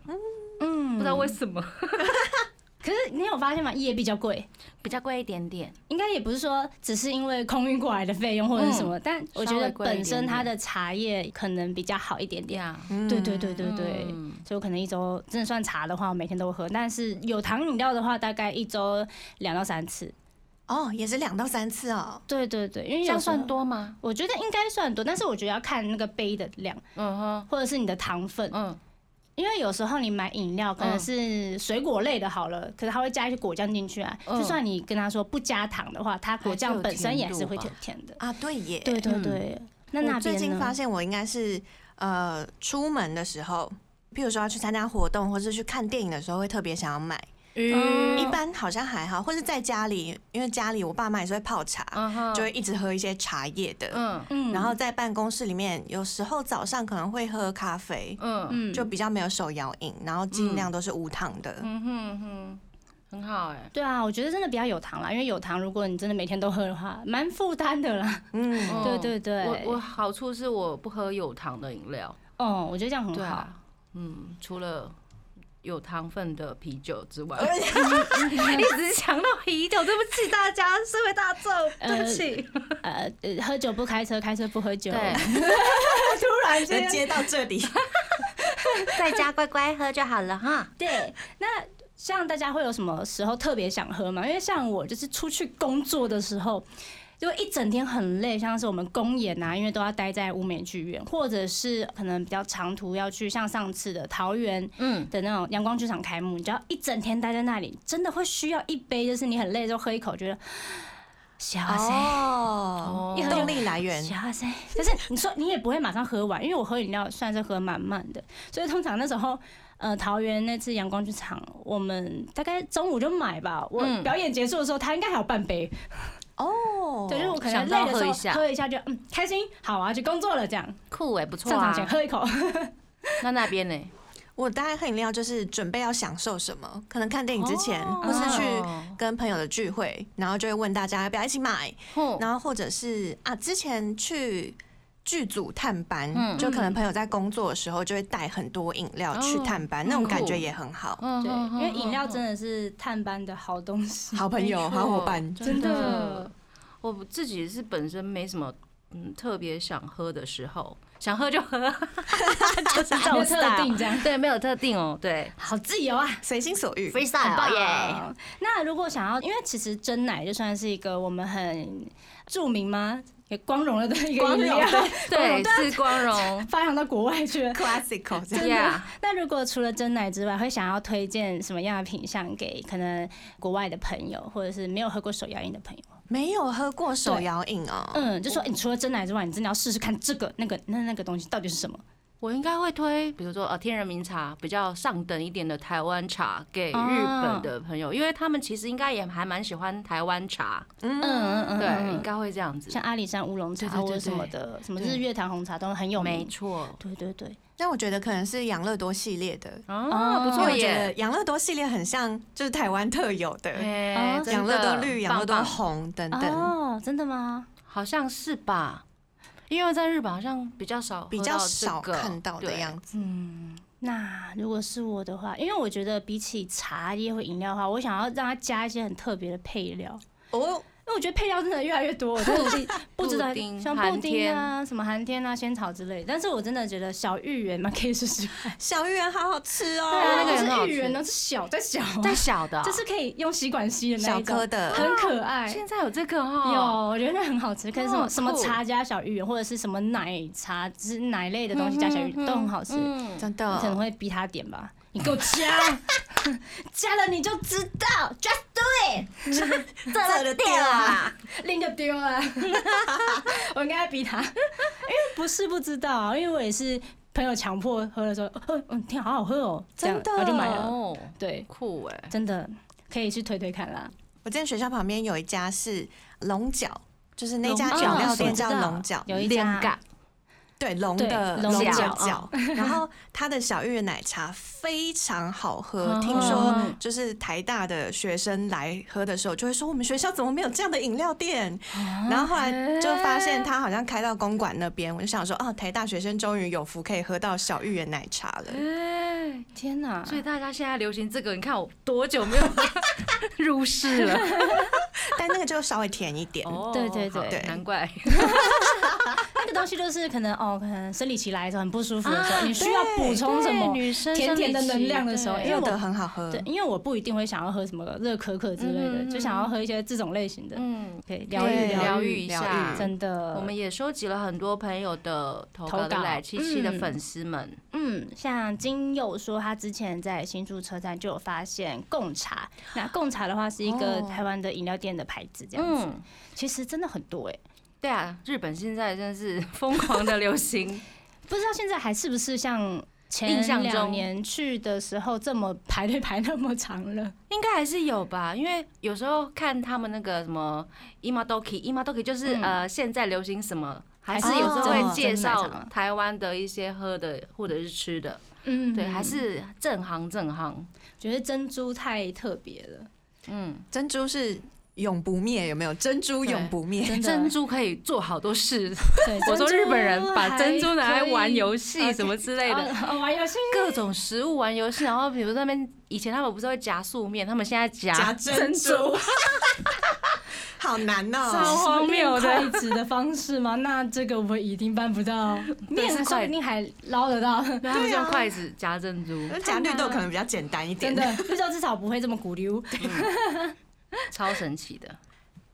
Speaker 4: 嗯，
Speaker 2: 不知道为什么、
Speaker 4: 可是你有发现吗？也比较贵。
Speaker 2: 比较贵一点点。
Speaker 4: 应该也不是说只是因为空运过来的费用或者什么，但我
Speaker 2: 嗯
Speaker 4: 觉
Speaker 2: 稍
Speaker 4: 得
Speaker 2: 微贵一
Speaker 4: 本身
Speaker 2: 点点
Speaker 4: 它的茶叶可能比较好一点点。
Speaker 2: 呀、
Speaker 3: 嗯
Speaker 4: 对对对对对，
Speaker 2: 嗯
Speaker 4: 所以我可能一周真的算茶的话，我每天都喝，但是有糖饮料的话，大概一周两到三次。
Speaker 3: 哦，也是两到三次哦，
Speaker 4: 对对对，因为
Speaker 2: 这
Speaker 4: 有
Speaker 2: 样
Speaker 4: 时候
Speaker 2: 算，多吗？
Speaker 4: 我觉得应该算多，但是我觉得要看那个杯的量
Speaker 2: 嗯哼，
Speaker 4: 或者是你的糖分，
Speaker 2: 嗯，
Speaker 4: 因为有时候你买饮料可能
Speaker 2: 嗯
Speaker 4: 是水果类的好了，可是它会加一些果酱进去啊，
Speaker 2: 嗯
Speaker 4: 就算你跟他说不加糖的话，它果
Speaker 2: 还是
Speaker 4: 酱
Speaker 2: 有
Speaker 4: 本身
Speaker 2: 甜
Speaker 4: 也
Speaker 2: 度
Speaker 4: 是会
Speaker 2: 吧
Speaker 4: 甜甜的。
Speaker 3: 啊，对耶，
Speaker 4: 对对
Speaker 2: 嗯
Speaker 4: 对，那
Speaker 3: 我
Speaker 4: 那
Speaker 3: 最
Speaker 4: 边
Speaker 3: 近发
Speaker 4: 呢？
Speaker 3: 现我应该是呃，出门的时候，譬如说要去参加活动或是去看电影的时候，会特别想要买。
Speaker 2: 嗯
Speaker 3: 一般好像还好，或是在家里，因为家里我爸妈也是会泡茶，
Speaker 2: 嗯哼，
Speaker 3: 就会一直喝一些茶叶的。
Speaker 2: 嗯
Speaker 4: 啊嗯
Speaker 3: 然后在办公室里面，有时候早上可能会喝咖啡，
Speaker 2: 嗯
Speaker 4: 嗯，
Speaker 3: 就比较没有手摇饮，然后尽量都是无糖的。
Speaker 2: 嗯哼哼，很好哎、
Speaker 4: 对啊，我觉得真的比较有糖啦，因为有糖，如果你真的每天都喝的话，蛮负担的啦。
Speaker 3: 嗯，
Speaker 2: 嗯
Speaker 4: 对对对，
Speaker 2: 我我好处是我不喝有糖的饮料，
Speaker 4: 哦，我觉得这样很
Speaker 2: 对
Speaker 4: 好。
Speaker 2: 啊，嗯，除了有糖分的啤酒之外，
Speaker 1: 一直想到啤酒，对不起大家，社会大众，对不起。
Speaker 4: 呃呃，喝酒不开车，开车不喝酒。
Speaker 2: 对，
Speaker 4: 突然
Speaker 3: 能接到这里，
Speaker 1: 在家乖乖喝就好了哈。
Speaker 4: 对，那像大家会有什么时候特别想喝吗？因为像我就是出去工作的时候。就一整天很累，像是我们公演啊，因为都要待在乌美剧院，或者是可能比较长途要去像上次的桃园
Speaker 2: 嗯，
Speaker 4: 的那种阳光剧场开幕，你只要一整天待在那里，真的会需要一杯，就是你很累就喝一口，觉得小塞
Speaker 3: 哦
Speaker 4: 一喝就
Speaker 3: 动力来源
Speaker 4: 小塞。但是你说你也不会马上喝完，因为我喝饮料算是喝满满的，所以通常那时候。呃，桃园那次阳光剧场，我们大概中午就买吧。我
Speaker 2: 嗯
Speaker 4: 表演结束的时候，他应该还有半杯。
Speaker 3: 哦，
Speaker 4: 对，就是我可能
Speaker 2: 想到
Speaker 4: 累的时
Speaker 2: 喝
Speaker 4: 候
Speaker 2: 一下
Speaker 4: 喝一下就嗯开心，好啊，去工作了这样。
Speaker 2: 酷哎、不错
Speaker 4: 上场
Speaker 2: 啊。
Speaker 4: 前喝一口，
Speaker 2: 那那边呢？
Speaker 3: 我大概喝饮料就是准备要享受什么，可能看电影之前，或是
Speaker 4: 嗯
Speaker 3: 去
Speaker 2: 哦
Speaker 3: 跟朋友的聚会，然后就会问大家要不要一起买，
Speaker 4: 哦
Speaker 2: 哼
Speaker 3: 然后或者是啊，之前去剧组探班，
Speaker 2: 嗯
Speaker 3: 就可能朋友在工作的时候就会带很多饮料去
Speaker 4: 哦
Speaker 3: 探班，那种感觉也很好。
Speaker 2: 嗯
Speaker 4: 对，因为饮料
Speaker 2: 真。
Speaker 4: 真的是探班的 好东西。
Speaker 3: 好朋友，
Speaker 2: 没错
Speaker 3: 好伙伴，
Speaker 4: 哦
Speaker 2: 真的，我自己是本身没什么嗯特别想喝的时候，想喝就 喝，就是这
Speaker 4: 没
Speaker 2: 种
Speaker 4: 有特
Speaker 2: style。
Speaker 4: 定这样，
Speaker 2: 对，没有特定哦，对
Speaker 4: 好自由啊！
Speaker 3: 随心所欲。
Speaker 1: freestyle
Speaker 4: 棒
Speaker 1: 耶！
Speaker 4: 那如果想要，因为其实真奶就算是一个我们很著名吗？也光荣了的一个
Speaker 3: 光
Speaker 4: 饮料
Speaker 3: 荣对
Speaker 2: 对，是光荣
Speaker 4: 发扬到国外去 了。
Speaker 3: classical 这样，
Speaker 2: 呀。
Speaker 4: 那如果除了真奶之外，会想要推荐什么样的品相给可能国外的朋友，或者是没有喝过手摇饮的朋友？
Speaker 3: 没有喝过手摇饮哦。
Speaker 4: 嗯，就说你除了真奶之外，你真的要试试看这个、那个、那那个东西到底是什么？
Speaker 2: 我应该会推，比如说呃天人茗茶比较上等一点的台湾茶给日
Speaker 4: 哦
Speaker 2: 本的朋友，因为他们其实应该也还蛮喜欢台湾茶，
Speaker 4: 嗯嗯嗯，
Speaker 2: 对，应
Speaker 4: 嗯
Speaker 2: 该会这样子。
Speaker 4: 像阿里山乌龙茶
Speaker 2: 对对对
Speaker 4: 或者什么
Speaker 2: 对
Speaker 4: 的，什么
Speaker 2: 对
Speaker 4: 日月潭红茶都很有
Speaker 2: 没
Speaker 4: 名。
Speaker 2: 错，
Speaker 4: 对对对，
Speaker 3: 但我觉得可能是养乐多系列的，
Speaker 2: 哦，不
Speaker 3: 因
Speaker 2: 错
Speaker 3: 为我觉
Speaker 2: 耶
Speaker 3: 得，养乐多系列很像就是台湾特有的，
Speaker 2: 哎
Speaker 4: 哦
Speaker 2: 真
Speaker 3: 啊养乐多
Speaker 2: 的
Speaker 3: 绿、养乐
Speaker 2: 棒
Speaker 3: 多
Speaker 2: 棒
Speaker 3: 红等等，
Speaker 4: 哦，真的吗？
Speaker 2: 好像是吧？因为在日本好像比较少喝到
Speaker 3: 比较少
Speaker 2: 这个
Speaker 3: 看到的
Speaker 2: 对
Speaker 3: 样子。
Speaker 4: 那如果是我的话，因为我觉得比起茶叶或饮料的话，我想要让它加一些很特别的配料。
Speaker 3: 哦，
Speaker 4: 因为我觉得配料真的越来越多，我 真的是不知道
Speaker 2: 布丁
Speaker 4: 像布
Speaker 2: 寒
Speaker 4: 丁啊、什么寒天啊、仙草之类的。但是我真的觉得小芋圆嘛，可以试试看。
Speaker 3: 小芋圆好好吃哦，
Speaker 4: 对
Speaker 2: 啊哦那个也很
Speaker 4: 是
Speaker 2: 好吃
Speaker 4: 芋圆呢，是小再小，
Speaker 2: 但小的啊、哎
Speaker 4: 就是可以用吸管吸的那
Speaker 3: 小
Speaker 4: 一种
Speaker 3: 颗，的，
Speaker 4: 很可爱。
Speaker 2: 现在有这个
Speaker 4: 有，
Speaker 2: 哦，
Speaker 4: 我觉得那很好吃，可是什
Speaker 2: 好
Speaker 4: 么
Speaker 2: 酷
Speaker 4: 什么茶加小芋圆，或者是什么奶茶，就是奶类的东西加小芋圆都很好吃。
Speaker 2: 嗯，
Speaker 3: 真
Speaker 4: 你可能
Speaker 3: 的。
Speaker 4: 会逼他点吧。你给我加，加了你就知道，just do
Speaker 1: 这
Speaker 3: 啊
Speaker 1: 了店
Speaker 2: 啊
Speaker 1: 啦，
Speaker 4: it，拎就丢了。 我应该逼他， 因为不是不知道啊，因为我也是朋友强迫喝的时候，哦，嗯，天，好好喝哦，这样
Speaker 3: 真的
Speaker 4: 然后就买了。
Speaker 2: 哦，
Speaker 4: 对，
Speaker 2: 酷哎，
Speaker 4: 真的可以去推推看啦。
Speaker 3: 我之前学校旁边有一家是龙角，就是那家
Speaker 2: 龙
Speaker 3: 饮
Speaker 2: 角
Speaker 3: 料店
Speaker 2: 我知
Speaker 3: 叫
Speaker 2: 道
Speaker 3: 龙角，
Speaker 4: 有一
Speaker 2: 两
Speaker 4: 家
Speaker 2: 个，
Speaker 3: 对龙
Speaker 4: 对
Speaker 3: 的
Speaker 4: 龙
Speaker 3: 的
Speaker 2: 角
Speaker 3: 角，然后它的小芋圆奶茶非常好喝，
Speaker 2: 嗯
Speaker 3: 听说就是台大的学生来喝的时候就会说我们学校怎么没有这样的饮料店，然后后来就发现它好像开到公馆那边，我就想说啊，台大学生终于有福可以喝到小芋圆奶茶了。
Speaker 2: 哎，
Speaker 4: 天哪！
Speaker 2: 所以大家现在流行这个，你看我多久没有 入世了？
Speaker 3: 但那个就稍微甜一点。
Speaker 2: 哦
Speaker 4: 对对
Speaker 2: 好
Speaker 4: 对
Speaker 2: 难怪
Speaker 4: 那个东西就是可能哦，可能生理期来的时候很不舒服的时候，
Speaker 2: 啊
Speaker 4: 你需要补充什么
Speaker 2: 对女生
Speaker 4: 甜甜的
Speaker 2: 生理期
Speaker 4: 能量的时候，
Speaker 2: 对
Speaker 4: 因为
Speaker 3: 热
Speaker 4: 我
Speaker 3: 的很好喝
Speaker 4: 对，，因为我不一定会想要喝什么热可可之类的，
Speaker 2: 嗯
Speaker 4: 就想要喝一些这种类型的，
Speaker 2: 嗯，
Speaker 4: 可以疗愈
Speaker 3: 对
Speaker 2: 疗愈一
Speaker 4: 愈，啊
Speaker 2: 下
Speaker 3: 疗愈。
Speaker 4: 真的。
Speaker 2: 我们也收集了很多朋友的呃投稿
Speaker 4: 投
Speaker 2: 的
Speaker 4: 稿
Speaker 2: 来七七的
Speaker 4: 嗯
Speaker 2: 粉丝们，
Speaker 4: 嗯，像金佑说，他之前在新竹车站就有发现贡茶，那贡茶的话是一个
Speaker 3: 哦
Speaker 4: 台湾的饮料店的牌子，这样子，
Speaker 2: 嗯，
Speaker 4: 其实真的很多哎、
Speaker 2: 对啊，日本现在真是 疯狂的流行，
Speaker 4: 不知道现在还是不是像。前
Speaker 2: 印象中
Speaker 4: 两年去的时候，这么排队排那么长了，
Speaker 2: 应该还是有吧，因为有时候看他们那个什么 imadoki imadoki，就是、
Speaker 4: 嗯
Speaker 2: 呃现在流行什么，还是
Speaker 4: 还
Speaker 2: 有
Speaker 4: 是
Speaker 2: 时候
Speaker 3: 有
Speaker 2: 会介
Speaker 4: 真的买
Speaker 2: 绍
Speaker 4: 着
Speaker 2: 台湾的一些喝的或者是吃的，
Speaker 4: 嗯
Speaker 2: 对，还是正行正行。
Speaker 4: 觉得珍珠太特别了，
Speaker 3: 嗯，珍珠是永不灭，有没有？珍珠永不灭。
Speaker 1: 真的
Speaker 2: 珍珠可以做好多 事。
Speaker 4: 对，
Speaker 2: 我说日本人把珍珠拿来玩游
Speaker 4: 戏
Speaker 2: 戏什么之 类的，
Speaker 4: 哦玩游戏
Speaker 2: 各种食物玩游戏，然后比如那边以前他们不是会夹素面，他们现在
Speaker 3: 夹
Speaker 2: 夹
Speaker 3: 珍珠， 好难
Speaker 2: 超
Speaker 3: 哦！
Speaker 2: 荒谬的。
Speaker 4: 筷子的方式吗？ 那这个我一定办不到，面说不定还捞得到，
Speaker 2: 对他们用筷子
Speaker 4: 啊
Speaker 2: 夹珍 珠，
Speaker 3: 那夹绿豆可能比较简单一 点
Speaker 4: 真。的，绿洲至少不会这么骨溜。
Speaker 2: 超神奇的。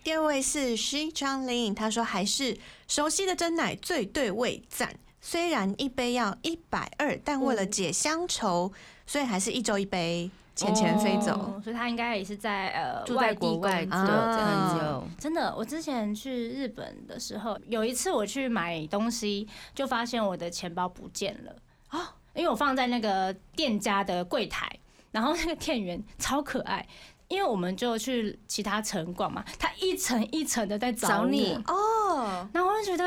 Speaker 3: 第二位是 She Chang Lin，他说还是熟悉的真奶最对味，赞。虽然一杯要一百二，但为了解乡愁，所以还是一周一杯，钱钱飞走。
Speaker 4: 哦所以他应该也是在呃
Speaker 2: 住在
Speaker 4: 地
Speaker 2: 国外
Speaker 4: 工
Speaker 2: 的
Speaker 4: 作
Speaker 3: 啊
Speaker 2: 朋
Speaker 3: 啊
Speaker 2: 友，
Speaker 4: 真的，我之前去日本的时候，有一次我去买东西，就发现我的钱包不见了哦，因为我放在那个店家的柜台，然后那个店员超可爱。因为我们就去其他城逛嘛，他一层一层的在
Speaker 2: 找
Speaker 4: 找
Speaker 2: 你
Speaker 4: 我
Speaker 3: 哦，
Speaker 4: 然后我就觉得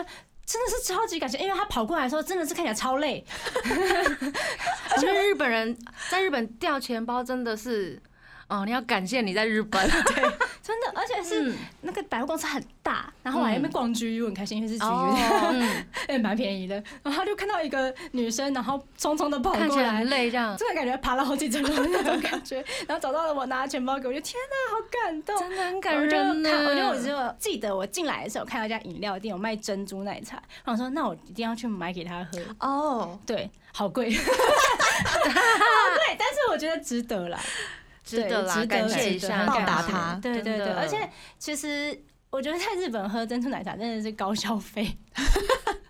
Speaker 4: 真的是超级感谢，因为他跑过来的时候真的是看起来超累，
Speaker 2: 我觉得日本人在日本掉钱包真的是，哦，你要感谢你在日本，对，
Speaker 4: 真的，而且是那个百货公司很大，然后我还在那边逛 GU，很开心，因为是 GU，
Speaker 2: 嗯，
Speaker 4: 哎，蛮便宜的。然后他就看到一个女生，然后匆匆的跑
Speaker 2: 看起
Speaker 4: 过
Speaker 2: 来
Speaker 4: 来
Speaker 2: 很，累这样，
Speaker 4: 真的感觉爬了好几层楼的那种感觉。然后找到了我，拿了钱包给我，我就天哪，好感动！
Speaker 2: 真的很
Speaker 4: 我
Speaker 2: 感
Speaker 4: 就
Speaker 2: 人呢啊
Speaker 4: 看，我就我就记得我进来的时候看到一家饮料店有卖珍珠奶茶，然后我说那我一定要去买给他喝。
Speaker 3: 哦，
Speaker 4: 对，好贵， 好贵，但是我觉得值得啦。
Speaker 2: 值得
Speaker 4: 对
Speaker 2: 啦，
Speaker 4: 值得
Speaker 2: 感谢一
Speaker 4: 值得
Speaker 2: 下，
Speaker 3: 报
Speaker 2: 感
Speaker 3: 答
Speaker 2: 谢
Speaker 3: 他
Speaker 4: 对对
Speaker 2: 真
Speaker 4: 对，
Speaker 2: 的
Speaker 4: 而且其实我觉得在日本喝珍珠奶茶真的是高消费，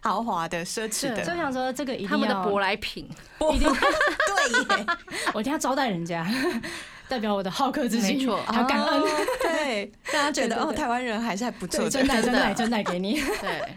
Speaker 3: 豪华的、奢侈
Speaker 4: 所以我
Speaker 3: 的，
Speaker 4: 想说这个一
Speaker 2: 啊他
Speaker 4: 定
Speaker 2: 们的
Speaker 4: 要
Speaker 2: 舶来品，
Speaker 3: 不对 耶，
Speaker 4: 我一定要招待人家， 代表我的好客之心，
Speaker 2: 没错
Speaker 4: 还有感恩。
Speaker 3: 哦对， 大家觉得哦，台湾人还是还不错
Speaker 4: 对，
Speaker 3: 的
Speaker 4: 真。奶
Speaker 2: 真
Speaker 4: 真
Speaker 2: 的
Speaker 4: 奶真奶给你，
Speaker 2: 对，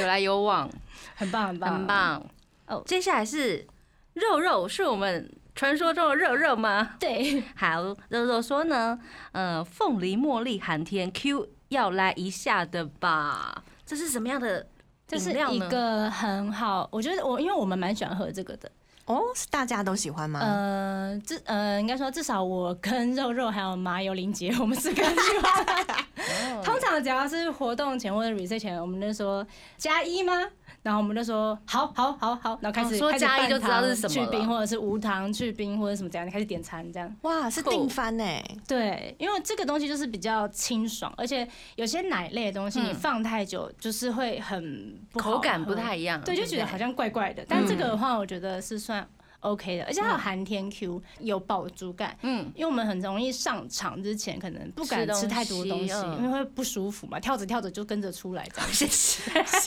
Speaker 2: 有来有往，
Speaker 4: 很棒很棒
Speaker 2: 很。棒。
Speaker 4: 哦
Speaker 2: 接下来是肉肉，是我们传说中的肉肉吗？
Speaker 4: 对，
Speaker 2: 好，肉肉说呢，呃，凤梨茉莉寒天 Q 要来一下的吧？这是什么样的？
Speaker 4: 这是
Speaker 2: 饮料
Speaker 4: 一
Speaker 2: 呢
Speaker 4: 个很好，我觉得我因为我们蛮喜欢喝这个的，
Speaker 3: 哦，是大家都喜欢吗？
Speaker 4: 呃，至呃应该说至少我跟肉肉还有麻油林杰，我们是跟 喜欢的。
Speaker 2: 哦
Speaker 4: 通常只要是活动前或者 reset 前，我们就说加一吗？然后我们就说好好好好，然后开始
Speaker 2: 哦说
Speaker 4: 开始
Speaker 2: 加一
Speaker 4: 半
Speaker 2: 就知道
Speaker 4: 糖
Speaker 2: 是什么
Speaker 4: 去
Speaker 2: 了
Speaker 4: 冰或者是无糖去冰或者什么这样，你开始点餐这样。
Speaker 3: 哇，是定番哎，
Speaker 4: 对，因为这个东西就是比较清爽，而且有些奶类的东西你
Speaker 2: 嗯
Speaker 4: 放太久就是会很不好
Speaker 2: 口感不
Speaker 4: 喝
Speaker 2: 太一样，
Speaker 4: 对，就
Speaker 2: 不嗯
Speaker 4: 觉得好像怪怪的。但这个的话，我觉得是算 OK 的，而且它有寒天 Q，有饱足感。
Speaker 2: 嗯，
Speaker 4: 因为我们很容易上场之前可能不
Speaker 2: 吃
Speaker 4: 敢
Speaker 2: 东
Speaker 4: 吃太多东
Speaker 2: 西
Speaker 4: 西，
Speaker 2: 嗯
Speaker 4: 因为会不舒服嘛，跳着跳着就跟着出来这样。
Speaker 2: 谢谢。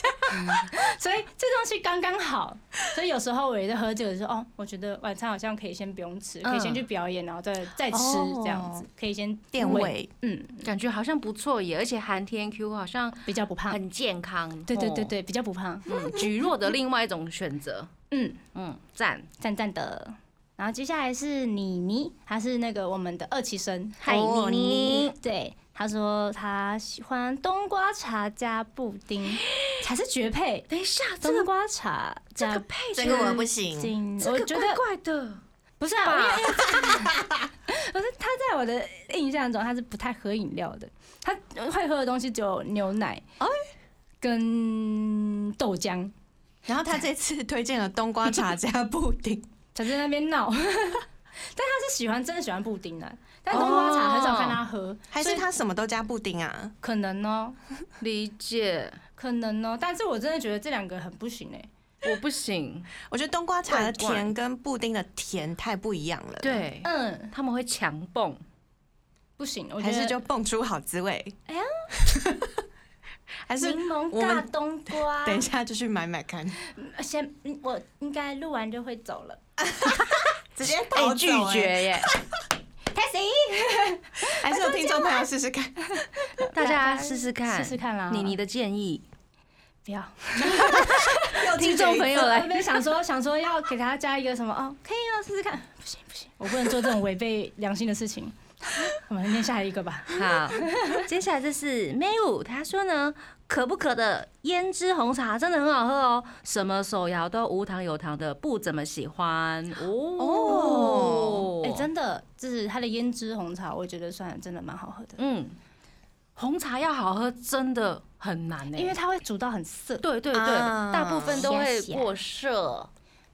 Speaker 4: 所以这东西刚刚好。所以有时候我也在喝这个，说哦，我觉得晚餐好像可以先不用吃，可以先去表演，然后再再吃这样子，可以先
Speaker 3: 店位
Speaker 4: 嗯，
Speaker 2: 感觉好像不错耶，而且寒天 Q 好像
Speaker 4: 比较不胖。
Speaker 2: 很健康。
Speaker 4: 对对
Speaker 2: 哦
Speaker 4: 对，对，比较不胖。
Speaker 2: 嗯，菊若的另外一种选择，
Speaker 4: 嗯，
Speaker 2: 嗯，赞。
Speaker 4: 赞赞的。然后接下来是妮妮，她是那个我们的二期生，
Speaker 2: 嗨
Speaker 3: 哦
Speaker 2: 妮妮，
Speaker 4: 对，她说她喜欢冬瓜茶加布丁， 才是绝配。
Speaker 2: 等一下，这
Speaker 4: 冬
Speaker 2: 个
Speaker 4: 瓜茶
Speaker 2: 这
Speaker 4: 加
Speaker 2: 个
Speaker 4: 布
Speaker 2: 配嗯
Speaker 3: 这个我
Speaker 2: 的
Speaker 3: 不行。
Speaker 4: 丁，
Speaker 2: 这
Speaker 4: 我
Speaker 2: 个
Speaker 4: 觉
Speaker 2: 怪
Speaker 4: 得
Speaker 2: 怪的，
Speaker 4: 不是啊，
Speaker 2: 吧
Speaker 4: 我因为不是她在我的印象中她是不太喝饮料的，她会喝的东西只有牛奶
Speaker 3: 哎，
Speaker 4: 跟豆浆。
Speaker 3: 然后他这次推荐了冬瓜茶加布 丁，
Speaker 4: 才在那边 闹。但他是喜欢，真的喜欢布丁的，但冬瓜茶很少看他喝，
Speaker 3: 还
Speaker 4: 所
Speaker 3: 是
Speaker 4: 以
Speaker 3: 他什么都加布丁啊？
Speaker 4: 可能哦、
Speaker 2: 理解。
Speaker 4: 可能哦、但是我真的觉得这两个很不行哎、
Speaker 2: 我不行，
Speaker 3: 我觉得冬瓜茶的
Speaker 2: 罐罐
Speaker 3: 甜跟布丁的甜太不一样了。，
Speaker 2: 对
Speaker 4: 嗯，
Speaker 2: 他们会强蹦，
Speaker 4: 不行，我觉
Speaker 3: 还
Speaker 4: 得
Speaker 3: 是就蹦出好滋味。
Speaker 4: 哎
Speaker 3: 哎呀
Speaker 4: 呀，
Speaker 3: 还是
Speaker 4: 柠檬
Speaker 3: 我
Speaker 4: 大
Speaker 3: 们
Speaker 4: 冬瓜。
Speaker 3: 等一下就去买买看，
Speaker 4: 先嗯我应该录完就会走了。
Speaker 3: 直接
Speaker 2: 被
Speaker 3: 逃走
Speaker 2: 拒
Speaker 3: 哎
Speaker 2: 绝 耶！
Speaker 4: 开始，
Speaker 3: 还是有听众朋友试试看。
Speaker 2: 大家试试看，
Speaker 4: 试试看啦。
Speaker 2: 妮妮的建 议，
Speaker 4: 不要，
Speaker 3: 又拒绝
Speaker 2: 听
Speaker 3: 一次
Speaker 2: 众朋 友
Speaker 4: 我
Speaker 2: 来，
Speaker 4: 本想说想说要给他加一个什么哦，可以哦，试试看。不行不行，我不能做这种违背良心的事情。我们念下一个吧。
Speaker 2: 好，
Speaker 1: 接下来这是 Mayu，他说呢，可不可的胭脂红茶真的很好喝哦，什么手摇都无糖有糖的，不怎么喜欢哦。
Speaker 3: 哦
Speaker 4: 哎、真的，就是它的胭脂红茶，我觉得算真的蛮好喝的，
Speaker 2: 嗯，红茶要好喝真的很难呢、
Speaker 4: 因为它会煮到很涩。
Speaker 2: 对对对，
Speaker 3: 啊
Speaker 2: 大部分都会
Speaker 4: 谢谢
Speaker 2: 过热。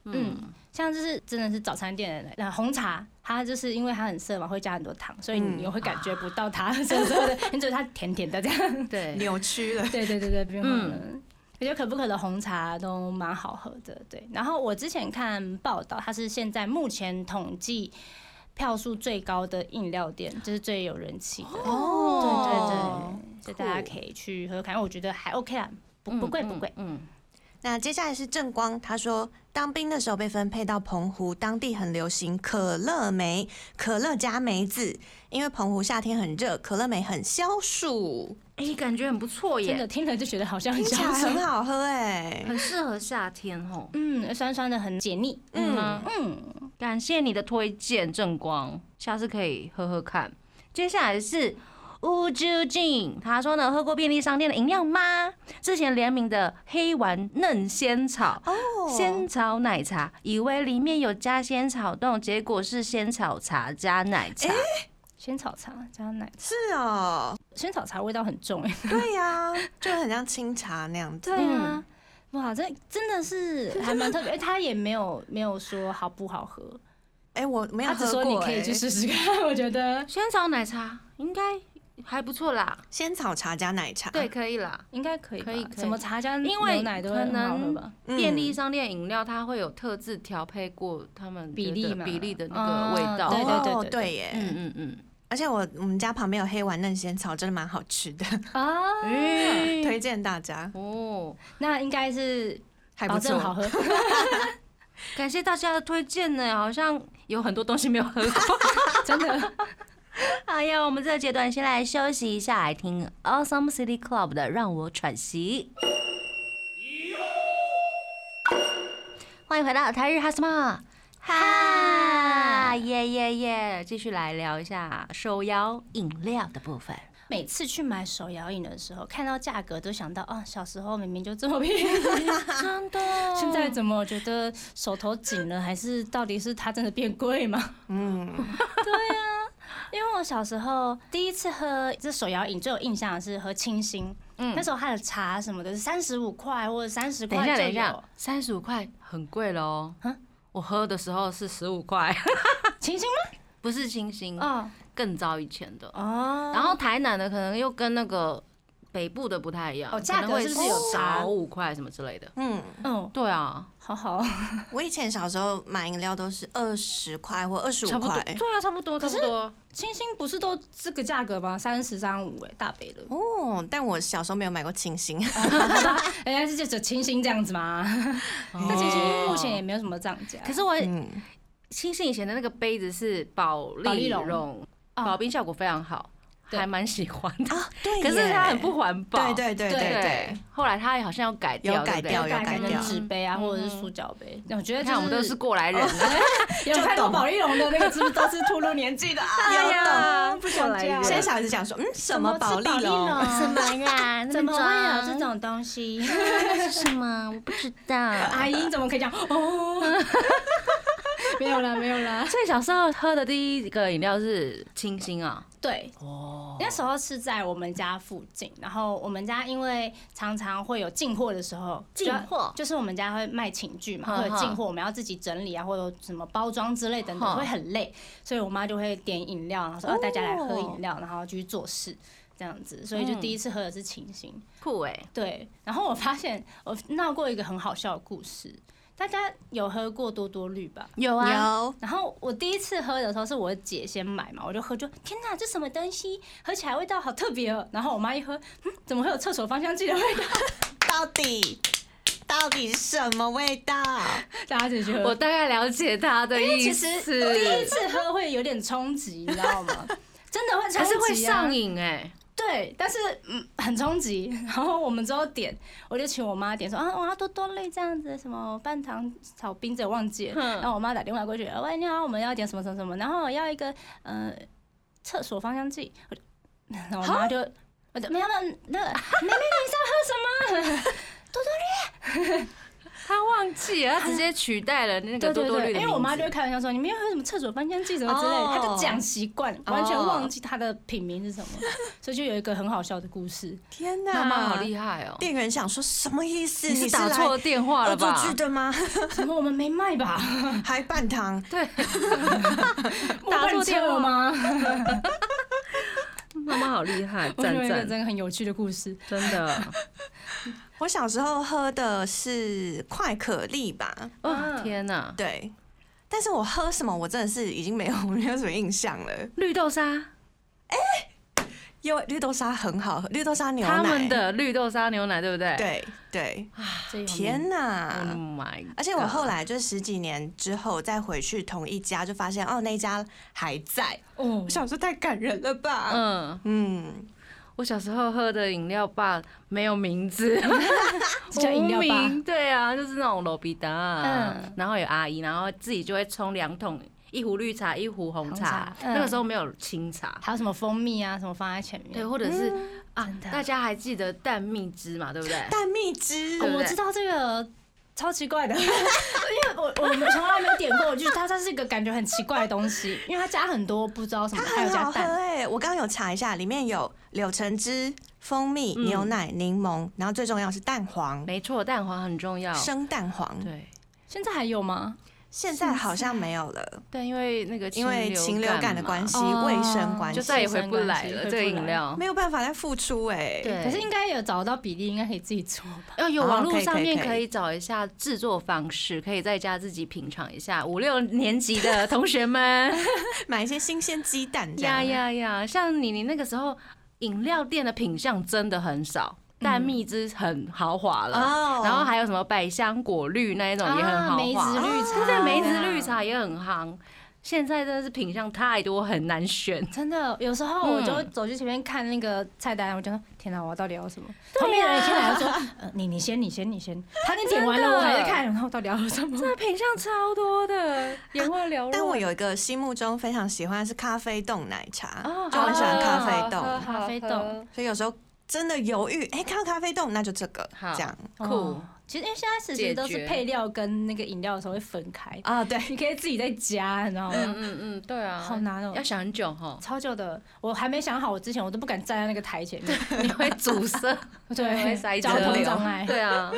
Speaker 2: 嗯，
Speaker 4: 嗯，像就是真的是早餐店的那红茶，它就是因为它很涩嘛，会加很多糖，所以
Speaker 3: 嗯
Speaker 4: 你又会感觉不到它涩涩的， 你只觉得它甜甜的这
Speaker 1: 嗯
Speaker 4: 样。
Speaker 2: 对，
Speaker 3: 扭曲了。
Speaker 4: 对对对对，不用
Speaker 2: 嗯
Speaker 4: 了。我觉得可不可的红茶都蛮好喝的，对。然后我之前看报道，它是现在目前统计票数最高的饮料店，就是最有人气的。
Speaker 2: 哦
Speaker 4: 对对对，所以大家可以去喝喝看，我觉得还 OK 啦，不
Speaker 2: 嗯
Speaker 4: 不贵不贵。，
Speaker 2: 嗯，
Speaker 3: 那接下来是正光，他说当兵的时候被分配到澎湖，当地很流行可乐梅，可乐加梅子，因为澎湖夏天很热，可乐梅很消暑，
Speaker 2: 哎、感觉很不错
Speaker 4: 真
Speaker 2: 耶，
Speaker 4: 的听了就觉得好像很
Speaker 3: 听起来
Speaker 4: 香
Speaker 3: 很好喝哎、
Speaker 2: 很适合夏天哦。
Speaker 4: 嗯，酸酸的很解腻。
Speaker 2: 嗯
Speaker 3: 嗯，
Speaker 2: 啊
Speaker 4: 嗯，
Speaker 2: 感谢你的推荐，正光，下次可以喝喝看。接下来是乌之静，他说呢，喝过便利商店的饮料吗？之前联名的黑丸嫩仙草仙草奶茶，以为里面有加仙草冻，结果是仙草茶加奶茶。
Speaker 4: 仙草茶加奶，
Speaker 3: 是哦，
Speaker 4: 仙草茶味道很重哎、
Speaker 3: 对呀、就很像清茶那样子。嗯
Speaker 4: 对啊， 哇，这真的 是还蛮特别，哎他也没有没有说好不好喝，
Speaker 3: 哎、我没有
Speaker 4: 他只
Speaker 3: 喝
Speaker 4: 说
Speaker 3: 过、
Speaker 4: 你可以去
Speaker 3: 哎
Speaker 4: 试试看， 我觉得
Speaker 2: 仙草奶茶应该还不错啦，
Speaker 3: 仙草茶加奶茶，
Speaker 2: 对，，可以啦。
Speaker 4: 应该可以吧，
Speaker 2: 可以可以
Speaker 4: 什么茶加
Speaker 2: 因为
Speaker 4: 牛奶都会很好喝吧？
Speaker 3: 嗯
Speaker 2: 便利商店饮料它会有特制调配过他们
Speaker 4: 比例
Speaker 2: 觉得
Speaker 4: 嘛
Speaker 2: 比例的那个味道，
Speaker 4: 对对对
Speaker 3: 哦
Speaker 4: 对
Speaker 3: 对耶，
Speaker 2: 嗯嗯嗯。
Speaker 3: 而且我我们家旁边有黑丸嫩仙草，真的蛮好吃的，
Speaker 4: 啊，
Speaker 2: 嗯
Speaker 3: 推荐大家，
Speaker 2: 哦，
Speaker 4: 那应该是
Speaker 3: 还
Speaker 4: 保
Speaker 3: 不
Speaker 4: 哦证好
Speaker 3: 错。
Speaker 4: 喝。
Speaker 2: 感谢大家的推荐呢，好像有很多东西没有喝过，真的。 好呀，我们这个阶段先来休息一下，来听 Awesome City Club 的《让我喘息》。欢迎回到台日哈什么？哈耶耶耶！继续来聊一下手摇饮料的部分。
Speaker 4: 每次去买手摇饮的时候，看到价格都想到啊，小时候明明就这么便宜，
Speaker 2: 真的
Speaker 4: 现在怎么觉得手头紧了？还是到底是它真的变贵吗？ 啊
Speaker 3: 嗯，
Speaker 4: 因为我小时候第一次喝这手摇饮，最有印象的是喝清新，那时候它的茶什么的三十五块或者三十
Speaker 2: 等一
Speaker 4: 块
Speaker 2: 下，
Speaker 4: 就
Speaker 2: 等一下
Speaker 4: 有。，
Speaker 2: 三十五块很贵喽
Speaker 4: 啊。
Speaker 2: 我喝的时候是十五 块，
Speaker 4: 清新
Speaker 2: 不是清新，
Speaker 4: 吗？
Speaker 2: 更早以前的。
Speaker 4: 哦哦，
Speaker 2: 然后台南的可能又跟那个北部的不太一样，
Speaker 4: 哦价
Speaker 2: 可
Speaker 4: 格
Speaker 2: 能会
Speaker 4: 是不是有差
Speaker 2: 少五块什么之类的？
Speaker 3: 嗯，
Speaker 4: 嗯，
Speaker 2: 对啊，
Speaker 4: 好好。哦
Speaker 3: 我以前小时候买饮料都是二十块或二十
Speaker 2: 差
Speaker 3: 五
Speaker 2: 不多，
Speaker 3: 块，。
Speaker 2: 对啊，差不多，差不多。
Speaker 4: 清新不是都这个价格吗？三十三五哎，大杯的
Speaker 3: 哦，但我小时候没有买过清新，
Speaker 4: 人哎家是就只有清新这样子吗？那清新目前也没有什么涨价。
Speaker 2: 哦可是我
Speaker 3: 嗯，
Speaker 2: 清新以前的那个杯子是保
Speaker 4: 保
Speaker 2: 利
Speaker 4: 利龙
Speaker 2: 龙，
Speaker 4: 哦
Speaker 2: 保冰效果非常好，
Speaker 4: 对
Speaker 2: 还蛮喜欢 的。
Speaker 3: 啊，对耶，
Speaker 2: 可是它很不环保，
Speaker 3: 对对对
Speaker 4: 对
Speaker 3: 对对，，
Speaker 2: 后来它好像要改掉，
Speaker 3: 有改
Speaker 2: 对不对
Speaker 3: 掉有
Speaker 4: 改
Speaker 3: 改
Speaker 4: 成
Speaker 3: 掉
Speaker 4: 纸杯啊，或者是塑胶杯。嗯我觉得
Speaker 2: 你
Speaker 4: 就
Speaker 2: 看我们都是过 来人
Speaker 4: 哦
Speaker 2: 啊，
Speaker 4: 有看过
Speaker 3: 懂
Speaker 4: 宝丽龙的那个，是不是都是秃噜年纪的啊？
Speaker 3: 有懂。
Speaker 4: 不想
Speaker 2: 过来人
Speaker 4: 讲
Speaker 3: 现在小孩子讲说，嗯，什么宝丽龙？
Speaker 1: 什
Speaker 4: 龙？
Speaker 1: 么呀？
Speaker 4: 怎么会啊有这
Speaker 1: 这
Speaker 4: 种东西？
Speaker 1: 是什么？我不知道。
Speaker 4: 阿姨，你怎么 可以讲？哦，没有啦，没有啦。
Speaker 2: 啊所以小时候喝的第一个饮料是清新啊，
Speaker 4: 对，哦那时候是在我们家附近，然后我们家因为常常会有进货的时候，
Speaker 1: 进货
Speaker 4: 就就是我们家会卖寝具嘛，
Speaker 2: 嗯
Speaker 4: 会有进货，我们要自己整理啊，或者有什么包装之类等等，
Speaker 2: 嗯
Speaker 4: 会很累，所以我妈就会点饮料，然后说、啊、大家来喝饮料，然后去做事这样子，所以就第一次喝的是清新。
Speaker 2: 酷哎、
Speaker 4: 对，然后我发现我闹过一个很好笑的故事，大家有喝过多多绿吧？
Speaker 2: 有
Speaker 1: 啊
Speaker 3: 有，
Speaker 4: 然后我第一次喝的时候是我姐先买嘛，我就喝就天哪，这什么东西？喝起来味道好特别哦。然后我妈一喝，嗯，怎么会有厕所芳香剂的味道？
Speaker 3: 到底到底是什么味道？
Speaker 4: 大家就觉
Speaker 2: 我
Speaker 4: 得
Speaker 2: 大概了解他的
Speaker 4: 因为
Speaker 2: 意
Speaker 4: 其
Speaker 2: 思，
Speaker 4: 实第一次喝会有点冲击，你知道吗？ 真的会冲击、啊，
Speaker 2: 可是会上瘾哎、
Speaker 4: 对，但是嗯很冲击。 然后我们之后点，我就请我妈点说啊，我要多多类这样子，什么半糖炒冰这我忘记了。
Speaker 2: 嗯
Speaker 4: 然后我妈打电话过去，呃喂你好，我们要点什么什么什么，然后我要一个呃厕所芳香剂。我就 然后我妈就我就没啊有没有那个妹妹你是要喝什么？
Speaker 2: 他忘忘记了，它直接取代了那个多多绿的
Speaker 4: 因为我妈就
Speaker 2: 名
Speaker 4: 会
Speaker 2: 字
Speaker 4: 开玩笑说：“你没有喝什么厕所翻香剂什么之类的。
Speaker 3: 哦
Speaker 4: 她就讲习惯，完全忘记它的品名是什么，所以就有一个很好笑的故事。
Speaker 3: 天哪，
Speaker 2: 妈妈好厉害哦！
Speaker 3: 店员想说什么意思？
Speaker 2: 你
Speaker 3: 你
Speaker 2: 是打错电话了
Speaker 3: 恶作
Speaker 2: 吧？
Speaker 3: 剧的吗？
Speaker 4: 什么我们没卖吧？
Speaker 3: 还半糖？
Speaker 4: 打错电话吗？
Speaker 2: 妈妈好厉害，
Speaker 4: 我
Speaker 2: 赞
Speaker 4: 有一个
Speaker 2: 赞，
Speaker 4: 真的很有趣的故事。
Speaker 2: 真的，
Speaker 3: 我小时候喝的是快可丽吧？
Speaker 4: 嗯
Speaker 2: 哦天哪，
Speaker 3: 对，但是我喝什么，我真的是已经没有 没有什么印象了。
Speaker 2: 绿豆沙，
Speaker 3: 因为绿豆沙很好喝，绿豆沙牛奶。
Speaker 2: 他们的绿豆沙牛奶对不对？
Speaker 3: 对对，
Speaker 4: 这有名
Speaker 3: 天
Speaker 2: ，Oh
Speaker 3: 哪！
Speaker 2: my！
Speaker 3: 而且我后来就十几年之后再回去同一家，就发现哦那一家还在。
Speaker 4: 哦
Speaker 3: 我，想说太感人了
Speaker 4: 啊
Speaker 3: 吧？嗯
Speaker 2: 嗯，我小时候喝的饮料吧没有名字，
Speaker 4: 叫饮料吧
Speaker 2: 无名对啊，就是那种罗比达，
Speaker 4: 嗯
Speaker 2: 然后有阿姨，然后自己就会冲两桶，一壶绿茶，一壶红茶
Speaker 4: 红，茶嗯
Speaker 2: 那个时候没有清茶，
Speaker 4: 还有什么蜂蜜啊，什么放在前面？
Speaker 2: 对，
Speaker 4: 哦，
Speaker 2: 或者是啊
Speaker 4: 真的，
Speaker 2: 大家还记得蛋蜜汁嘛，对不对？
Speaker 3: 蛋蜜汁
Speaker 2: 对不对
Speaker 4: 我知道这个。超奇怪的，因为我我们从来没有点过，我就觉得它它是一个感觉很奇怪的东西，因为它加很多不知道什么，
Speaker 3: 它
Speaker 4: 还有
Speaker 3: 很
Speaker 4: 加
Speaker 3: 好喝
Speaker 4: 蛋，
Speaker 3: 哎、我刚刚有查一下，里面有柳橙汁、蜂蜜、
Speaker 2: 嗯
Speaker 3: 牛奶、柠檬，然后最重要是蛋黄，
Speaker 2: 没错，蛋黄很重要。
Speaker 3: 生蛋黄。
Speaker 2: 对
Speaker 4: 现在还有吗？
Speaker 3: 现在好像没有了，
Speaker 2: 对，因为那个
Speaker 3: 因为禽流感的关系、
Speaker 4: 哦
Speaker 3: 卫生关
Speaker 2: 嘛，
Speaker 3: 系
Speaker 2: 就，再也回不来了
Speaker 4: 回不来
Speaker 2: 这个饮料。
Speaker 3: 没有办法再付出哎、
Speaker 2: 对
Speaker 4: 可是应该有找到比例，应该可以自己做吧？
Speaker 2: 呃，有
Speaker 3: 哦
Speaker 2: 网络
Speaker 3: 可以
Speaker 2: 上
Speaker 3: 可以
Speaker 2: 面
Speaker 3: 可以
Speaker 2: 可以找一下制作方式，可以在家自己品尝一下。五六年级的同学 们，
Speaker 3: 买一些新鲜鸡蛋这
Speaker 2: 呀
Speaker 3: 样。
Speaker 2: 呀呀！像你，你那个时候饮料店的品相真的很少，但蜜汁很豪华了，
Speaker 3: 嗯哦啊
Speaker 2: 然后还有什么百香果绿那一种也很豪
Speaker 4: 啊梅
Speaker 2: 华，
Speaker 4: 子绿茶，
Speaker 2: 哦对，梅子
Speaker 4: 啊
Speaker 2: 绿茶也很夯。现在真的是品相太多，很难选。
Speaker 4: 真的，有时候我就
Speaker 2: 嗯
Speaker 4: 走去前面看那个菜单，我就说：“天哪，我到底要什么？”后面的人进来就说：“呃，你你先，你先，你先。”他那点完
Speaker 2: 真
Speaker 4: 了，
Speaker 2: 的
Speaker 4: 我还在看，然后到底要什么？
Speaker 2: 那品相超多的，眼花缭乱。
Speaker 3: 但我有一个心目中非常喜欢的是咖啡冻奶茶，
Speaker 2: 哦
Speaker 3: 就很喜欢咖啡冻，
Speaker 2: 好喝
Speaker 4: 咖啡冻
Speaker 3: 所以有时候真的犹豫，哎、看到咖啡冻那就这个
Speaker 2: 好
Speaker 3: 这样
Speaker 2: 酷
Speaker 4: 哦其实因为现在其实都
Speaker 2: 解
Speaker 4: 是
Speaker 2: 决
Speaker 4: 配料跟那个饮料的时候会分开，
Speaker 3: 啊，对，
Speaker 4: 你可以自己再加，你知道
Speaker 2: 嗯
Speaker 4: 吗？
Speaker 2: 嗯嗯，对啊，
Speaker 4: 好难哦
Speaker 2: 要想很久 哈，
Speaker 4: 超久的，我还没想好，我之前我都不敢站在那个台前面，
Speaker 2: 你会阻塞，会塞
Speaker 4: 对，
Speaker 2: 车
Speaker 4: 交通障
Speaker 3: 哎
Speaker 4: 碍。
Speaker 2: 对啊，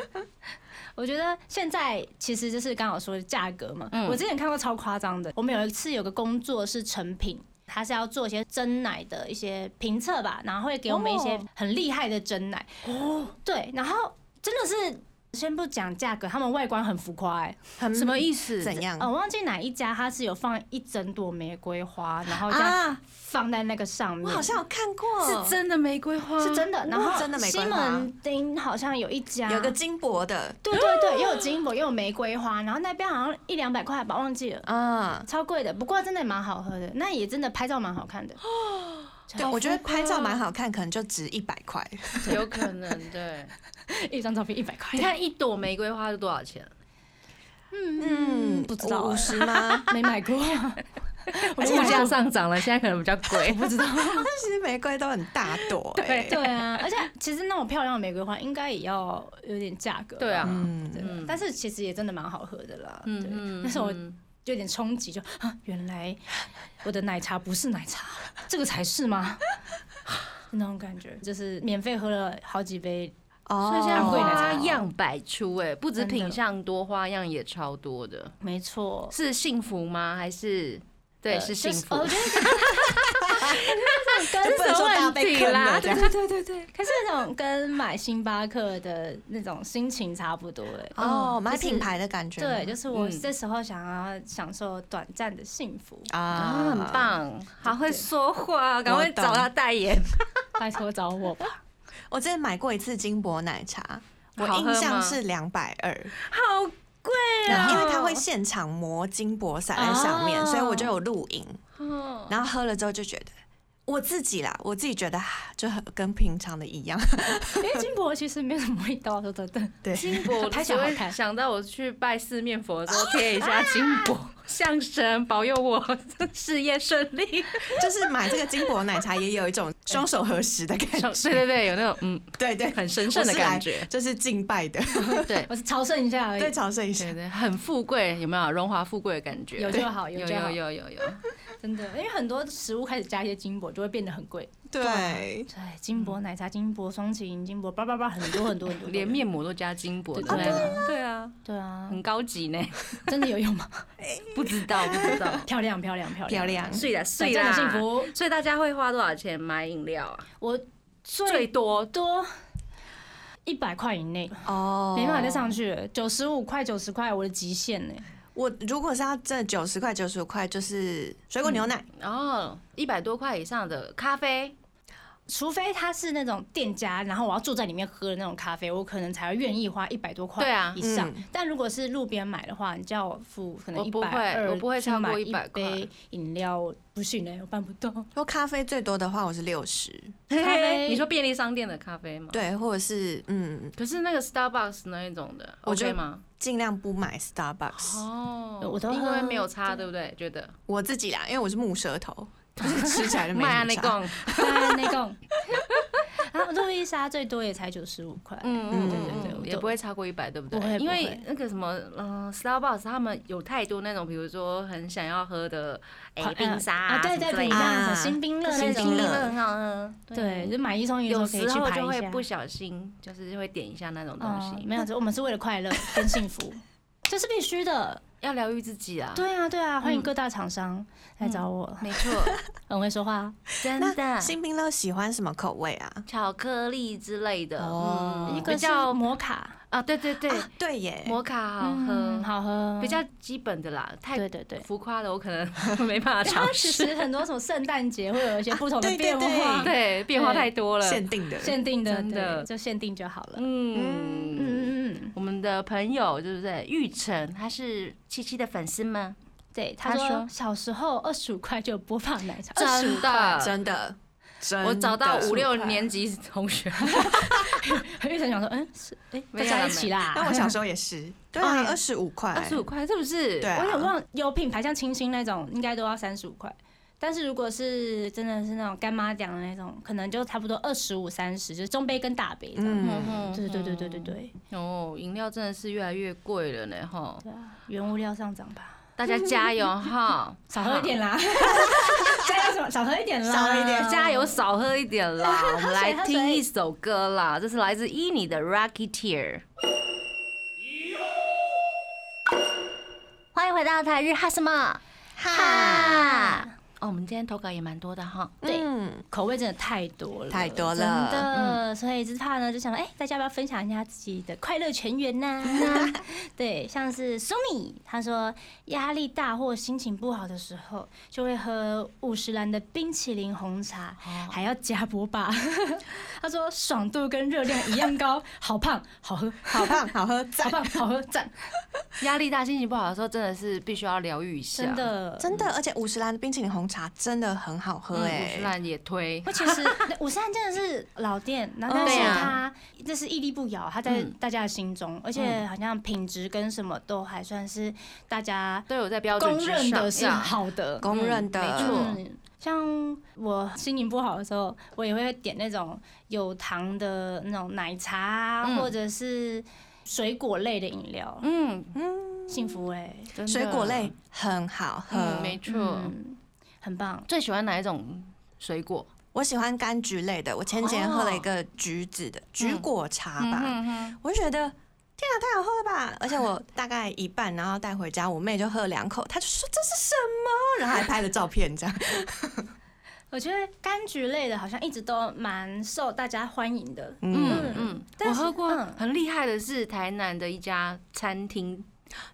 Speaker 4: 我觉得现在其实就是刚好说的价格嘛，
Speaker 2: 嗯
Speaker 4: 我之前看过超夸张的。我们有一次有个工作是成品，他是要做一些真奶的一些评测吧，然后会给我们一些
Speaker 3: 哦
Speaker 4: 很厉害的真奶。哦，对，然后真的是。先不讲价格，他们外观很浮夸哎、
Speaker 3: 很
Speaker 2: 什么意思？
Speaker 3: 怎样
Speaker 4: 呃，我忘记哪一家，它是有放一整朵玫瑰花，然后这样
Speaker 3: 啊？
Speaker 4: 放在那个上面。
Speaker 3: 我好像有看过，
Speaker 2: 是真的玫瑰花？
Speaker 4: 是真的，然
Speaker 3: 哇
Speaker 4: 后
Speaker 3: 真的玫瑰
Speaker 4: 西
Speaker 3: 花
Speaker 4: 门町好像有一家，
Speaker 3: 有个金箔的
Speaker 4: 对对对， 又有金箔，又有玫瑰花，然后那边好像一两百块吧，忘记了，
Speaker 3: 啊。
Speaker 4: 超贵的。不过真的蛮好喝的，那也真的拍照蛮好 看的。
Speaker 3: 对，我觉得拍照蛮好看，可能就值一百块。
Speaker 2: 有可能对。
Speaker 3: 哎
Speaker 4: 一张照片一百块
Speaker 2: 你，看一朵玫瑰花是多少钱？
Speaker 4: 嗯，不知道
Speaker 3: 五
Speaker 4: 欸，
Speaker 3: 十吗？
Speaker 4: 没买 过，
Speaker 2: 物
Speaker 4: 我就买
Speaker 2: 价
Speaker 4: 过
Speaker 2: 上涨了，现在可能比较贵。不知道，
Speaker 3: 但其实玫瑰都很大朵、欸，
Speaker 4: 对啊，而且其实那种漂亮的玫瑰花应该也要有点价格，
Speaker 2: 对啊，，
Speaker 3: 嗯，
Speaker 4: 对
Speaker 2: 嗯
Speaker 4: 但是其实也真的蛮好喝的啦，
Speaker 2: 嗯
Speaker 4: 对。
Speaker 2: 嗯
Speaker 4: 但是我
Speaker 2: 嗯
Speaker 4: 有点冲击，就啊，原来我的奶茶不是奶茶，这个才是吗？ 那种感觉，就是免费喝了好几杯
Speaker 3: 哦
Speaker 2: 所以现在
Speaker 4: 昂贵奶
Speaker 2: 花
Speaker 4: 茶
Speaker 2: 样百出，哎，不止
Speaker 4: 真的
Speaker 2: 品相多，花样也超多的。
Speaker 4: 没错，
Speaker 2: 是幸福吗？还是对，
Speaker 4: 呃
Speaker 2: 是
Speaker 4: 就
Speaker 2: 幸福
Speaker 4: 呃我。觉得
Speaker 3: 就不能说大家被坑了这样。
Speaker 4: 对对对对，可是那种跟买星巴克的那种心情差不多哎、
Speaker 3: 哦，买
Speaker 4: 就是
Speaker 3: 品牌的感觉吗，
Speaker 4: 对，就是我
Speaker 2: 嗯
Speaker 4: 这时候想要享受短暂的幸福，
Speaker 2: 啊，
Speaker 3: 啊，
Speaker 2: 很。棒，好会说话，赶
Speaker 3: 我
Speaker 2: 快找
Speaker 3: 懂
Speaker 2: 他代言。
Speaker 4: 拜托找我吧。
Speaker 3: 我之前买过一次金箔奶茶，我
Speaker 2: 好喝
Speaker 3: 印象
Speaker 2: 吗
Speaker 3: 是两百二，
Speaker 2: 好贵
Speaker 3: 因为它会现场磨金箔撒在上面，所以我就有录影，
Speaker 2: 哦，
Speaker 3: 然后喝了之后就觉得。我自己啦，我自己觉得啊就很跟平常的一样，
Speaker 4: 因为金箔其实没什么味道，对对对，
Speaker 3: 对，
Speaker 2: 金箔，
Speaker 4: 拍
Speaker 2: 他只
Speaker 4: 起来好
Speaker 2: 会
Speaker 4: 看
Speaker 2: 想到我去拜四面佛的时候贴一下金箔，相神保佑我事业顺利。
Speaker 3: 就是买这个金箔奶茶也有一种双手合十的感觉，
Speaker 2: 对对对，有那种嗯
Speaker 3: 对对，
Speaker 2: 很神圣的感觉，
Speaker 3: 这是敬拜的，
Speaker 2: 对
Speaker 4: 我是朝圣一下而已
Speaker 3: 对，，朝圣一下
Speaker 2: 对。对，很富贵，有没有荣华富贵的感觉？
Speaker 4: 有就好，有
Speaker 2: 有
Speaker 4: 就好
Speaker 2: 有，有有有，
Speaker 4: 真的，因为很多食物开始加一些金箔，就会变得很贵。
Speaker 3: 对，
Speaker 4: 对，金箔奶茶、金箔双麒麟、金箔叭叭叭，很多很多很多，
Speaker 2: 嗯连面膜都加金箔之
Speaker 4: 对
Speaker 2: 类的，对啊，
Speaker 4: 对啊，
Speaker 2: 很高级呢。
Speaker 4: 真的有用吗？。
Speaker 2: 不知道，不知 道
Speaker 4: 漂亮，漂亮，漂亮，
Speaker 3: 漂亮
Speaker 2: 碎啦碎
Speaker 4: 真
Speaker 2: 啦，
Speaker 4: 的幸福。
Speaker 2: 所以大家会花多少钱买饮料啊？
Speaker 4: 我
Speaker 2: 最
Speaker 4: 最
Speaker 2: 多
Speaker 4: 多一百块以内，
Speaker 3: 哦
Speaker 4: 没办法再上去了，九十五块、九十块，我的极限呢。
Speaker 3: 我如果是要这九十块、九十五块，就是水果牛奶，
Speaker 2: 哦，一百多块以上的咖啡，
Speaker 4: 除非他是那种店家，然后我要住在里面喝的那种咖啡，我可能才会愿意花一百多块
Speaker 2: 对啊
Speaker 4: 以上。
Speaker 3: 嗯
Speaker 4: 但如果是路边买的话，你叫我付可能
Speaker 2: 我
Speaker 4: 一
Speaker 2: 不会
Speaker 4: 百二，
Speaker 2: 我不会超过100
Speaker 4: 一
Speaker 2: 块
Speaker 4: 杯饮料，我不行呢，我办不到。
Speaker 3: 如果咖啡最多的话，我是六十，
Speaker 2: 咖
Speaker 4: 啡
Speaker 2: 你说便利商店的咖啡吗？。
Speaker 3: 对，或者是嗯，
Speaker 2: 可是那个 Starbucks 那一种的
Speaker 3: 我就
Speaker 2: ，OK 吗？
Speaker 3: 尽量不买 Starbucks，
Speaker 2: 哦
Speaker 4: 我都喝
Speaker 2: 因为没有差，对不对？觉得
Speaker 3: 我自己啦，因为我是木舌头，就是吃起来就没
Speaker 2: 卖啊
Speaker 3: 什
Speaker 2: 那
Speaker 3: 么差。
Speaker 2: 贡，
Speaker 4: 对那种， 然后路易莎最多也才九十五块，
Speaker 2: 嗯嗯
Speaker 3: 嗯对
Speaker 2: 嗯
Speaker 4: 对对
Speaker 2: 嗯，
Speaker 4: 我
Speaker 2: 也
Speaker 4: 都
Speaker 2: 不会超过一百，对不对？
Speaker 4: 不会不
Speaker 2: 因为
Speaker 4: 会
Speaker 2: 那个什么，嗯、s t a r b u c k s 他们有太多那种，比如说很想要喝的，哎、
Speaker 4: 款
Speaker 2: 冰沙
Speaker 4: 啊，对对，冰
Speaker 2: 冰沙，
Speaker 4: 沙、
Speaker 3: 啊
Speaker 4: 新冰乐那
Speaker 2: 冰
Speaker 4: 种，
Speaker 2: 冰乐很好喝，
Speaker 4: 对，就买一送一的
Speaker 2: 有
Speaker 4: 时候可以
Speaker 2: 时
Speaker 4: 去
Speaker 2: 候
Speaker 4: 排
Speaker 2: 就会
Speaker 4: 一下。
Speaker 2: 不小心，就是会点一下那种东
Speaker 4: 哦
Speaker 2: 西，
Speaker 4: 没有，这我们是为了快乐 跟幸福，这是必须的。
Speaker 2: 要疗愈自己啊。，
Speaker 4: 对啊，对啊，欢迎各大厂商来找我，
Speaker 2: 没 错，
Speaker 4: 很会说话。
Speaker 2: 真
Speaker 3: 那
Speaker 2: 的，
Speaker 3: 新冰乐喜欢什么口味啊？
Speaker 2: 巧克力之类的，
Speaker 3: 哦
Speaker 2: 嗯，
Speaker 4: 一
Speaker 2: 比
Speaker 4: 个是
Speaker 2: 较
Speaker 4: 摩卡，
Speaker 2: 啊，对对对，
Speaker 3: 啊对耶，
Speaker 2: 摩卡好
Speaker 4: 嗯，
Speaker 2: 喝，
Speaker 4: 好喝，
Speaker 2: 比较基本的啦，太
Speaker 4: 对对 对。
Speaker 2: 浮夸的我可能 没办法
Speaker 4: 然后
Speaker 2: 尝
Speaker 4: 其
Speaker 2: 试，
Speaker 4: 实很多什么圣诞节会有一些不同
Speaker 3: 啊
Speaker 4: 的
Speaker 3: 对
Speaker 4: 变
Speaker 3: 对
Speaker 4: 化，
Speaker 2: 对，变化太多了，
Speaker 3: 限定的，
Speaker 4: 限定的，
Speaker 2: 真的
Speaker 4: 对就限定就好了。嗯
Speaker 2: 嗯。
Speaker 4: 嗯嗯嗯，
Speaker 2: 我们的朋友对不对？玉成，他是七七的粉丝吗？
Speaker 4: 对，他
Speaker 2: 他
Speaker 4: 说
Speaker 2: 说
Speaker 4: 小时候二十五块就有播放奶茶，
Speaker 2: 真的，
Speaker 3: 真的，真
Speaker 2: 啊
Speaker 3: 的
Speaker 2: 我找到五六。年级同 学，
Speaker 4: 玉成想说，嗯，是哎，
Speaker 2: 没
Speaker 4: 大
Speaker 2: 有啦
Speaker 4: 家一起啦。
Speaker 3: 那我小时候也 是，对啊，二十五块，
Speaker 2: 二十五块是不是？
Speaker 3: 对啊
Speaker 4: 我有忘有品牌像清新那种，应该都要三十五块。但是如果是真的是那种干妈讲的那种，可能就差不多二十五、三十，就是中杯跟大杯这样。
Speaker 3: 嗯，
Speaker 4: 对对对对对对
Speaker 2: 哦，饮料真的是越来越贵了呢，哈！
Speaker 4: 对啊！原物料上涨吧，
Speaker 2: 大家加油 哈，
Speaker 4: 少喝一点 啦，加油什么？少喝一点啦，
Speaker 3: 少一
Speaker 2: 哈，
Speaker 3: 点
Speaker 2: 加油，少喝一点啦。我们来听一首歌啦，这是来自伊尼的《Rocky Tear》。
Speaker 1: 欢迎回到台日哈什么哈。
Speaker 2: 哦，我们今天投稿也蛮多的哈，
Speaker 4: 对
Speaker 3: 嗯，
Speaker 4: 口味真的太多了，
Speaker 3: 太多了嗯
Speaker 4: 真的。所以这怕呢，就想哎、大家要不要分享一下自己的快乐全员 呢、对，像是 Sumi，他说压力大或心情不好的时候，就会喝五十岚的冰淇淋红茶，
Speaker 2: 哦
Speaker 4: 还要加波霸。 他说爽度跟热量一样高，好胖，好喝，
Speaker 3: 好胖，好喝，
Speaker 4: 好
Speaker 3: 赞，
Speaker 4: 胖，好喝，赞，
Speaker 2: 压力大、心情不好的时候，真的是必须要疗愈一下。
Speaker 3: 啊
Speaker 4: 真，的。
Speaker 3: 真的，而且五十兰的冰淇淋红茶真的很好喝
Speaker 2: 嗯，
Speaker 3: 哎
Speaker 2: 不，然也 推
Speaker 4: 不，。其实五三真的是老店，然后但是
Speaker 2: 对
Speaker 4: 它
Speaker 2: 啊
Speaker 4: 这是屹立不摇，它在
Speaker 2: 嗯
Speaker 4: 大家的心中，而且好像品质跟什么都还算是大家
Speaker 2: 都有在标准
Speaker 4: 公
Speaker 2: 之
Speaker 4: 认
Speaker 2: 上，
Speaker 4: 的是
Speaker 2: 呀
Speaker 4: 好的。
Speaker 3: 公认的，
Speaker 2: 没错
Speaker 4: 嗯，像我心情不好的时候，我也会点那种有糖的那种奶茶啊，
Speaker 2: 嗯
Speaker 4: 或者是水果类的饮料，
Speaker 2: 嗯，
Speaker 4: 幸福哎、
Speaker 2: 真的
Speaker 3: 水果类，很好喝
Speaker 2: 嗯，，没错。
Speaker 4: 嗯，很棒。
Speaker 2: 最喜欢哪一种水果？
Speaker 3: 我喜欢柑橘类的。我前几天喝了一个橘子的橘果茶吧，
Speaker 2: 嗯
Speaker 3: 我就觉得天啊，太好喝了吧！而且我大概一半，然后带回家，我妹就喝了两口，她就说这是什么，然后还拍了照片这样。
Speaker 4: 我觉得柑橘类的好像一直都蛮受大家欢迎的，
Speaker 3: 嗯，
Speaker 2: 嗯嗯，
Speaker 4: 但
Speaker 2: 我
Speaker 4: 是
Speaker 2: 喝过
Speaker 4: 嗯
Speaker 2: 很厉害的是台南的一家餐厅，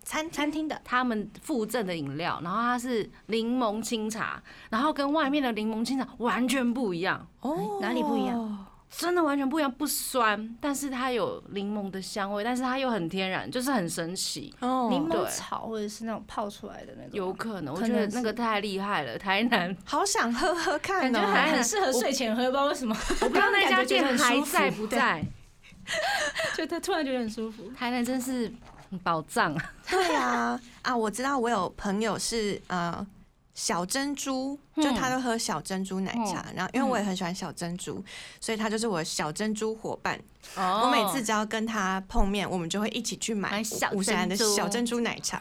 Speaker 3: 餐
Speaker 4: 餐厅的
Speaker 2: 他们附赠的饮料，然后它是柠檬清茶，然后跟外面的柠檬清茶完全不一样，
Speaker 3: 哦
Speaker 4: 哪里不一
Speaker 3: 样？
Speaker 2: 真的完全不一样，不酸，但是它有柠檬的香味，但是它又很天然，就是很神奇。
Speaker 3: 哦
Speaker 4: 柠檬
Speaker 2: 对
Speaker 4: 草或者是那种泡出来的那种，啊
Speaker 2: 有可能，我
Speaker 4: 可
Speaker 2: 觉得
Speaker 4: 能
Speaker 2: 那个
Speaker 4: 是
Speaker 2: 太厉害了，台南，
Speaker 3: 好想喝喝看
Speaker 4: 感觉
Speaker 2: 还
Speaker 4: 还
Speaker 2: 很
Speaker 3: 哦。
Speaker 4: 很适合睡前喝，不知道为 什么。
Speaker 2: 我不知道那家店
Speaker 4: 感觉觉得很
Speaker 2: 还
Speaker 4: 舒服
Speaker 2: 在不在。
Speaker 4: 觉得突然觉得很舒服。
Speaker 2: 台南真是宝藏啊，
Speaker 3: 对啊， 啊，我知道我有朋友是呃小珍珠，就他都喝小珍珠奶茶，然后因为我也很喜欢小珍珠，所以他就是我的小珍珠伙伴。
Speaker 2: 啊
Speaker 3: 我每次只要跟他碰面，我们就会一起去买
Speaker 2: 哦买小
Speaker 3: 五十兰的
Speaker 2: 珍珠
Speaker 3: 小珍珠奶茶。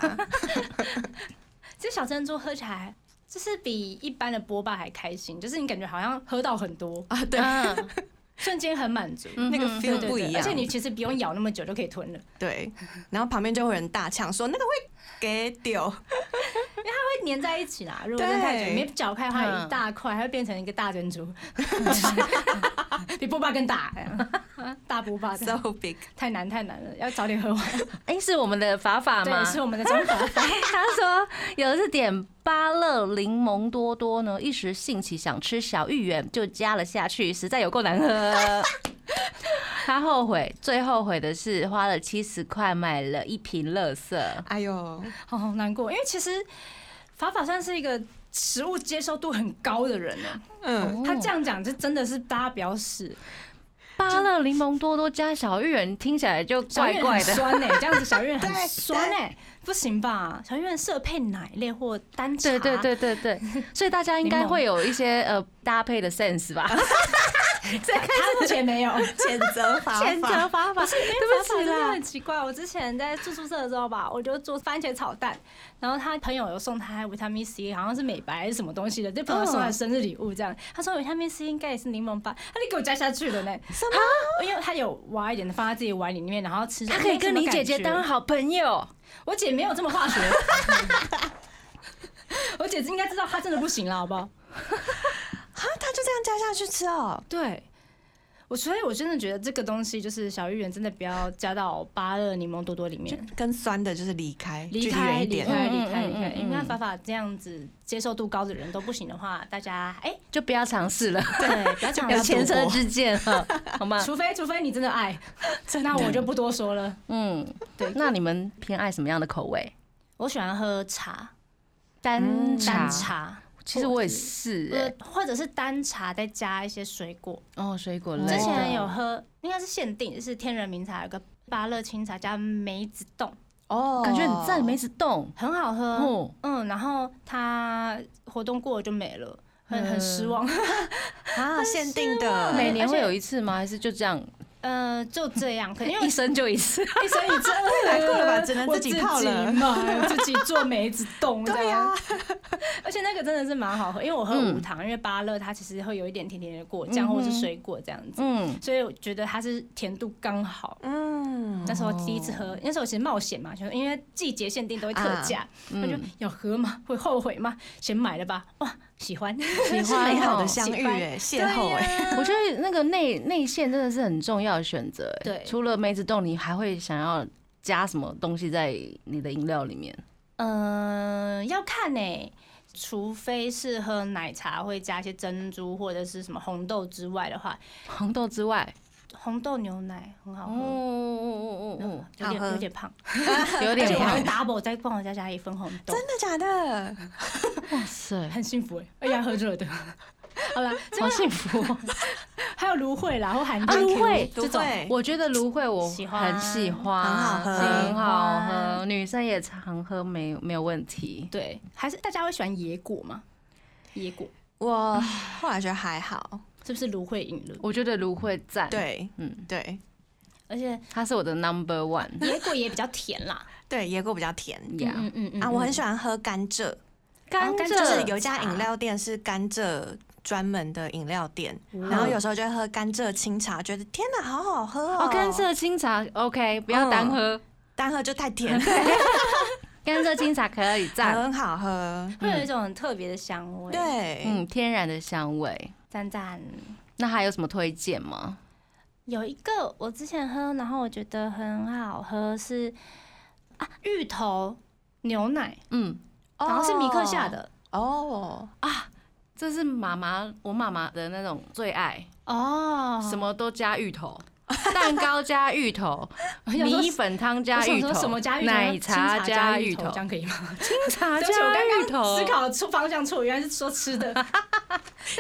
Speaker 4: 这小珍珠喝起来。就是比一般的波霸还开心，就是你感觉好像喝到很多，
Speaker 3: 啊，对，
Speaker 2: 嗯
Speaker 4: 瞬间很满足，
Speaker 3: 那个
Speaker 4: 对
Speaker 3: feel
Speaker 4: 对
Speaker 3: 不一
Speaker 4: 对，而
Speaker 3: 样
Speaker 4: 且。你其实不用咬那么久就可以吞了，
Speaker 3: 对， 然后旁边就会有人大呛说那个会给丢。
Speaker 4: 会粘在一起啦。如果真的太久
Speaker 3: 对
Speaker 4: 没搅开的话，
Speaker 2: 嗯
Speaker 4: 一大块它会变成一个大珍 珠， 比波霸更大，哎 大波霸
Speaker 3: So big，
Speaker 4: 太难太难了，要早点喝完。
Speaker 2: 哎，是我们的法法吗
Speaker 4: 对，？是我们的中法。
Speaker 2: 他说有一次点芭乐柠檬多多呢，一时兴起想吃小芋圆，就加了下去，实在有够难喝。 他后悔，最后悔的是花了七十块买了一瓶乐色。
Speaker 3: 哎呦，
Speaker 4: 好好难过，因为其实法法算是一个食物接受度很高的人呢。
Speaker 3: 嗯，
Speaker 2: 哦
Speaker 4: 他这样讲，就真的是大家不要试，
Speaker 2: 芭乐柠檬多多加小芋圆，听起来就
Speaker 4: 小
Speaker 2: 怪
Speaker 4: 圆
Speaker 2: 怪
Speaker 4: 很
Speaker 2: 的。
Speaker 4: 酸 啊呢、这样子小圆
Speaker 3: 对
Speaker 4: 很酸呢、不行吧？小圆适合配奶类或单茶，
Speaker 2: 对对，对对对，所以大家应该
Speaker 4: 柠檬
Speaker 2: 会有一些呃搭配的 sense 吧？
Speaker 4: 他目前没有。
Speaker 3: 谴责法
Speaker 2: 选择法
Speaker 3: 法，
Speaker 2: 法，
Speaker 4: 对
Speaker 2: 对不起
Speaker 4: 真的
Speaker 2: 啦
Speaker 4: 很。奇怪。我之前在住宿舍的时候吧，我就做番茄炒蛋，然后他朋友有送他维他命 C，好像是美白还是什么东西的，这朋友送他生日礼物这样。他说维他命 C 应该也是柠檬吧，他就给我加下去了呢。什么？因为他有挖一点放在自己碗里面，然后吃。
Speaker 2: 他可以跟你姐姐当
Speaker 4: 好，
Speaker 2: 好朋友。
Speaker 4: 我姐没有这么化学。 我姐应该知道她真的不行了，好不好？
Speaker 3: 啊， 他就这样加下去吃哦。
Speaker 4: 对，我所以我真的觉得这个东西就是小芋圆，真的不要加到芭乐柠檬多多里面
Speaker 3: 就。跟酸的就是离开，
Speaker 4: 离
Speaker 3: 距离远
Speaker 4: 开，
Speaker 3: 一
Speaker 4: 离
Speaker 3: 点。
Speaker 4: 开，
Speaker 2: 嗯
Speaker 4: 离开，
Speaker 2: 嗯
Speaker 4: 离开。
Speaker 2: 嗯嗯
Speaker 4: 因为法法这样子接受度高的人都不行的话，大家哎，
Speaker 2: 就不要尝试 了，
Speaker 4: 对，不要讲
Speaker 2: 有
Speaker 4: 了，
Speaker 2: 前车之鉴 了，好吗？
Speaker 4: 除非除非你真的爱，那我就不多说了。
Speaker 2: 嗯，
Speaker 4: 对，
Speaker 2: 那你们偏爱什么样的口味？
Speaker 4: 我喜欢喝茶，
Speaker 2: 单
Speaker 4: 单，嗯茶，
Speaker 2: 其实我也是欸、
Speaker 4: 呃，或者是单茶再加一些水果。
Speaker 2: 哦，水果类
Speaker 4: 之
Speaker 2: 的。
Speaker 4: 前有喝，应该是限定，是天人名茶有个芭乐清茶加梅子冻，
Speaker 3: 哦
Speaker 2: 感觉很赞，梅子冻。
Speaker 4: 很好喝。
Speaker 2: 哦，
Speaker 4: 嗯，然后它活动过了就没了，很很失望。
Speaker 3: 啊，限定的，
Speaker 2: 每年
Speaker 4: 呃而且
Speaker 2: 会有一次吗？还是就这样，
Speaker 4: 呃，就这样，可能因为
Speaker 2: 一生就一 次？
Speaker 4: 一生一次，
Speaker 3: 太难过了 吧只能自己泡了
Speaker 4: 我自己买， 自己做梅子冻，
Speaker 3: 对
Speaker 4: 呀、
Speaker 3: 呀，
Speaker 4: 而且那个真的是蛮好喝，因为我喝
Speaker 2: 嗯
Speaker 4: 无糖，因为芭乐它其实会有一点甜甜的果酱或者是水果这样子，
Speaker 2: 嗯，
Speaker 4: 所以我觉得它是甜度刚好。
Speaker 3: 嗯，
Speaker 4: 那时候第一次喝，那时候其实冒险嘛，就是因为季节限定都会特价，我就要喝嘛，会后悔嘛，先买了吧，哇，喜欢，
Speaker 2: 喜
Speaker 3: 是美好
Speaker 2: 哦
Speaker 3: 的相遇哎，邂逅哎，
Speaker 2: 我觉得那个内内馅真的是很重要的选择欸。
Speaker 4: 对
Speaker 2: 除了梅子冻，你还会想要加什么东西在你的饮料里面？
Speaker 4: 嗯，要看呢、除非是喝奶茶会加一些珍珠或者是什么红豆之外的话，
Speaker 2: 红豆之外，
Speaker 4: 红豆牛奶很好
Speaker 2: 哦
Speaker 4: 喝。嗯
Speaker 2: 哦哦哦
Speaker 4: 有
Speaker 3: 好
Speaker 4: 点
Speaker 3: 喝
Speaker 4: 有点胖，
Speaker 2: 哦，有
Speaker 4: 嗯而
Speaker 2: 点
Speaker 4: 且我还
Speaker 2: 胖
Speaker 4: 会，double 再帮我加加一份红豆，
Speaker 3: 真的假的？
Speaker 2: 哇 塞，
Speaker 4: 很幸福哎、而且还喝热的。 好啦，
Speaker 2: 好幸福哦！
Speaker 4: 还有芦荟啦，或含
Speaker 2: 啊
Speaker 4: 金
Speaker 2: 芦荟
Speaker 4: 这
Speaker 3: 芦
Speaker 4: 种
Speaker 3: 荟
Speaker 2: 我觉得芦荟我
Speaker 4: 哎喜欢
Speaker 2: 很喜欢，
Speaker 3: 很好喝
Speaker 2: 很好
Speaker 4: 喜
Speaker 2: 喝，
Speaker 4: 欢
Speaker 2: 女生也常喝，没没有问题。
Speaker 4: 对，还是大家会喜欢野果吗？野果
Speaker 3: 我后来觉得还好，
Speaker 4: 是不是芦荟引入？
Speaker 2: 我觉得芦荟赞，，
Speaker 3: 对
Speaker 2: 嗯，
Speaker 3: 对
Speaker 4: 而且
Speaker 2: 它是我的 number one
Speaker 4: 野果也比较甜 啦。
Speaker 3: 对，野果比较甜
Speaker 2: 呀。
Speaker 4: 嗯嗯啊
Speaker 3: 啊，我很喜欢喝甘蔗，
Speaker 2: 甘
Speaker 4: 甘
Speaker 2: 蔗
Speaker 4: 蔗
Speaker 3: 就是有一家饮料店是甘蔗。专门的饮料店，
Speaker 4: 嗯
Speaker 3: 然后有时候就会喝甘蔗清茶，觉得天哪，好好喝哦！
Speaker 2: 嗯哦，甘蔗清茶 OK，不要单喝，
Speaker 3: 单喝就太甜，
Speaker 2: 甘蔗清茶可以赞，
Speaker 3: 很好喝。
Speaker 4: 会有一种很特别的香味。，
Speaker 3: 对，
Speaker 2: 嗯，天然的香味。
Speaker 4: 赞赞。
Speaker 2: 那还有什么推荐吗？
Speaker 4: 有一个我之前喝，然后我觉得很好喝是啊芋头牛奶，
Speaker 2: 嗯，
Speaker 4: 然后是米克夏的
Speaker 3: 哦，
Speaker 2: 这是妈妈我妈妈的那种最爱，
Speaker 4: 哦
Speaker 2: 什么都加芋头。蛋糕加芋 头，
Speaker 4: 想说
Speaker 2: 米粉汤
Speaker 4: 我
Speaker 2: 加
Speaker 4: 想
Speaker 2: 芋
Speaker 4: 说
Speaker 2: 头，
Speaker 4: 什么加芋头？
Speaker 2: 奶
Speaker 4: 清茶
Speaker 2: 加
Speaker 4: 芋
Speaker 2: 头 哦
Speaker 4: 这，样可以吗？
Speaker 2: 清茶
Speaker 4: 对不起，我
Speaker 2: 加芋
Speaker 4: 刚
Speaker 2: 头，
Speaker 4: 刚思考出方向错，原来是说吃的。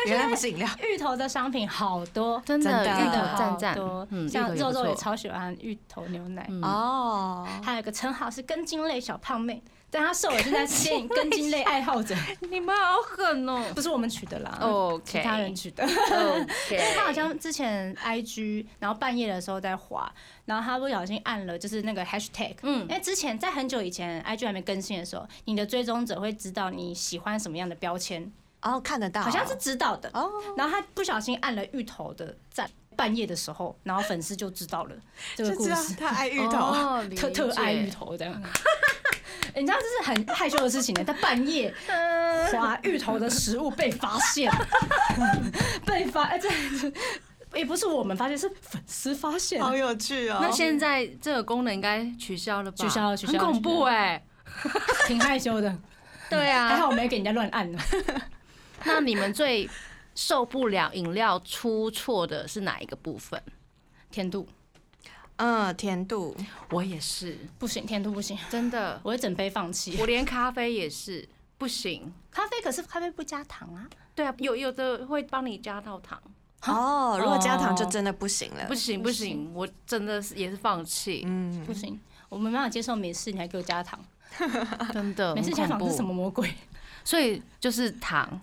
Speaker 3: 原来不是饮料，
Speaker 4: 芋头的商品好 多，
Speaker 2: 真的
Speaker 3: 真的
Speaker 2: 芋
Speaker 4: 真的
Speaker 2: 头嗯赞赞
Speaker 4: 好多，
Speaker 2: 嗯，芋头
Speaker 4: 像肉
Speaker 2: 不
Speaker 4: 肉也
Speaker 2: 错。
Speaker 4: 超喜欢芋头牛奶，
Speaker 2: 嗯
Speaker 3: 哦，
Speaker 4: 还有一个称号是根茎类小胖妹，但她受了现在吸 引根茎类爱好者，
Speaker 2: 你们好狠哦
Speaker 4: 不是我们取的啦。
Speaker 2: ！OK，
Speaker 4: 其他人取的，因为
Speaker 2: OK，哦
Speaker 4: 他好像之前 I G，然后半夜的时候在滑，然后他不小心按了就是那个 hashtag，
Speaker 2: 嗯
Speaker 4: 因为之前在很久以前 I G 还没更新的时候，你的追踪者会知道你喜欢什么样的标签，
Speaker 3: 哦，看得到，
Speaker 4: 好像是知道的。
Speaker 3: 哦，
Speaker 4: 然后他不小心按了芋头的赞，半夜的时候，然后粉丝就知道了这个
Speaker 3: 就
Speaker 4: 故
Speaker 3: 知道
Speaker 4: 事，
Speaker 3: 他爱芋头，
Speaker 2: 哦
Speaker 4: 特特爱芋，头这样。 你知道这是很害羞的事情呢，在半夜滑芋头的食物被发现，被发哎这也不是我们发现，是粉丝发现。
Speaker 3: 好有趣哦。
Speaker 2: 理解那现在这个功能应该取消了吧？
Speaker 4: 取消了取消了
Speaker 2: 很恐怖哎。
Speaker 4: 挺害羞的，
Speaker 2: 对
Speaker 4: 还
Speaker 2: 啊，
Speaker 4: 好我没给人家乱按呢。
Speaker 2: 那你们最受不了饮料出错的是哪一个部分？
Speaker 4: 甜度
Speaker 3: 嗯，甜度
Speaker 2: 我也是，
Speaker 4: 不行，甜度不行，
Speaker 2: 真的，
Speaker 4: 我会整杯放弃。
Speaker 2: 我连咖啡也是不行。
Speaker 4: 咖啡可是咖啡不加糖啊，
Speaker 2: 对啊，有有的会帮你加到糖，
Speaker 3: 哦，如果加糖就真的不行了
Speaker 2: 不。行不
Speaker 4: 不
Speaker 2: 行，我真的是也是放弃，
Speaker 3: 嗯，
Speaker 4: 不行，我没办法接受美式，你还给我加糖。
Speaker 2: 真的
Speaker 4: 美式
Speaker 2: 很
Speaker 4: 加
Speaker 2: 恐
Speaker 4: 糖
Speaker 2: 怖。
Speaker 4: 是什么魔鬼？
Speaker 2: 所以就是糖，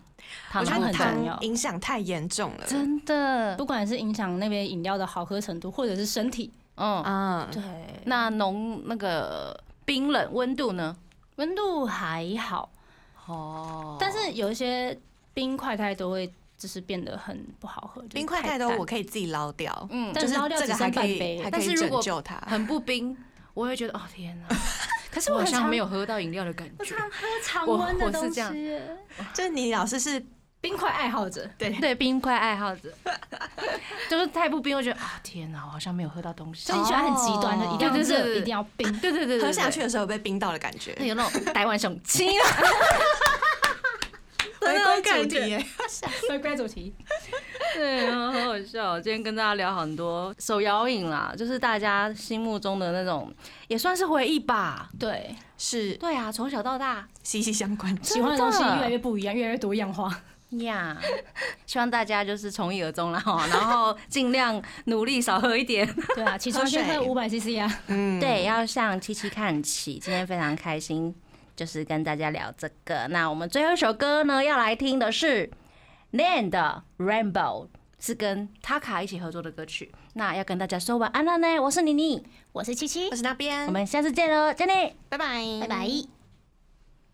Speaker 2: 糖
Speaker 3: 我觉
Speaker 2: 的
Speaker 3: 得
Speaker 2: 部分
Speaker 4: 重
Speaker 3: 糖
Speaker 4: 要
Speaker 3: 影响太严重了。
Speaker 2: 真的，
Speaker 4: 不管是影响那边饮料的好喝程度，或者是身体，
Speaker 2: 嗯，
Speaker 3: 嗯，
Speaker 4: 对，
Speaker 2: 那浓那个冰冷温度呢？
Speaker 4: 温度还好，
Speaker 2: 哦，
Speaker 4: 但是有一些冰块太多会就是变得很不好喝。就是
Speaker 3: 冰块太多，
Speaker 4: 淡
Speaker 3: 我可以自己捞掉。
Speaker 2: 嗯，
Speaker 4: 但
Speaker 3: 就是
Speaker 4: 捞掉
Speaker 3: 这
Speaker 4: 只
Speaker 3: 个
Speaker 4: 剩
Speaker 3: 还可
Speaker 4: 半
Speaker 3: 以，还
Speaker 4: 杯。
Speaker 3: 可
Speaker 2: 但
Speaker 3: 以
Speaker 2: 是如
Speaker 3: 拯
Speaker 2: 果
Speaker 3: 救它。
Speaker 2: 很不冰，我会觉得哦天哪，
Speaker 4: 可是
Speaker 2: 我好
Speaker 4: 很
Speaker 2: 像
Speaker 4: 常
Speaker 2: 没有喝到饮料的感觉。
Speaker 4: 常
Speaker 2: 我
Speaker 4: 温的
Speaker 2: 我是
Speaker 4: 东
Speaker 2: 这
Speaker 4: 西
Speaker 2: 样
Speaker 4: 耶，
Speaker 3: 就是你老师是
Speaker 4: 冰块爱好者。
Speaker 2: 对冰块爱好者， 就是太不冰，我觉得啊天哪，我好像没有喝到东西
Speaker 4: 所以。你喜欢很极端的，
Speaker 3: 哦
Speaker 4: 一定要
Speaker 2: 对对对
Speaker 4: 热，
Speaker 2: 对
Speaker 4: 一定要冰。
Speaker 2: 对对对，对
Speaker 3: 喝下去，的时候被冰到的感觉
Speaker 2: 对，对有那种台湾雄青。
Speaker 3: 回
Speaker 2: 种
Speaker 3: 归
Speaker 2: 感
Speaker 3: 主题
Speaker 2: 觉
Speaker 3: 耶。
Speaker 4: 回归主题，
Speaker 2: 对啊，好好笑。今天跟大家聊很多手摇饮啦，就是大家心目中的那种，也算是回忆吧。
Speaker 4: 对，
Speaker 3: 是
Speaker 2: 对啊，从小到大
Speaker 3: 息息相关。
Speaker 4: 喜欢的东西越来越不一样，越来越多样化。
Speaker 2: 呀希望大家就是从一而终啦哈，然后尽量努力少喝一点。
Speaker 4: 对啊，起床
Speaker 3: 喝水
Speaker 4: 先喝五百 CC 啊。
Speaker 3: 嗯，
Speaker 2: 对，要向七七看齐。今天非常开心，就是跟大家聊这个。那我们最后一首歌呢，要来听的是 Nan 的《Rainbow》，是跟 Taka 一起合作的歌曲。那要跟大家说晚安了呢，我是妮妮，
Speaker 4: 我是七七
Speaker 3: 我，是那边
Speaker 2: 我，们下次见喽，再见。
Speaker 3: 拜拜，
Speaker 4: 拜拜。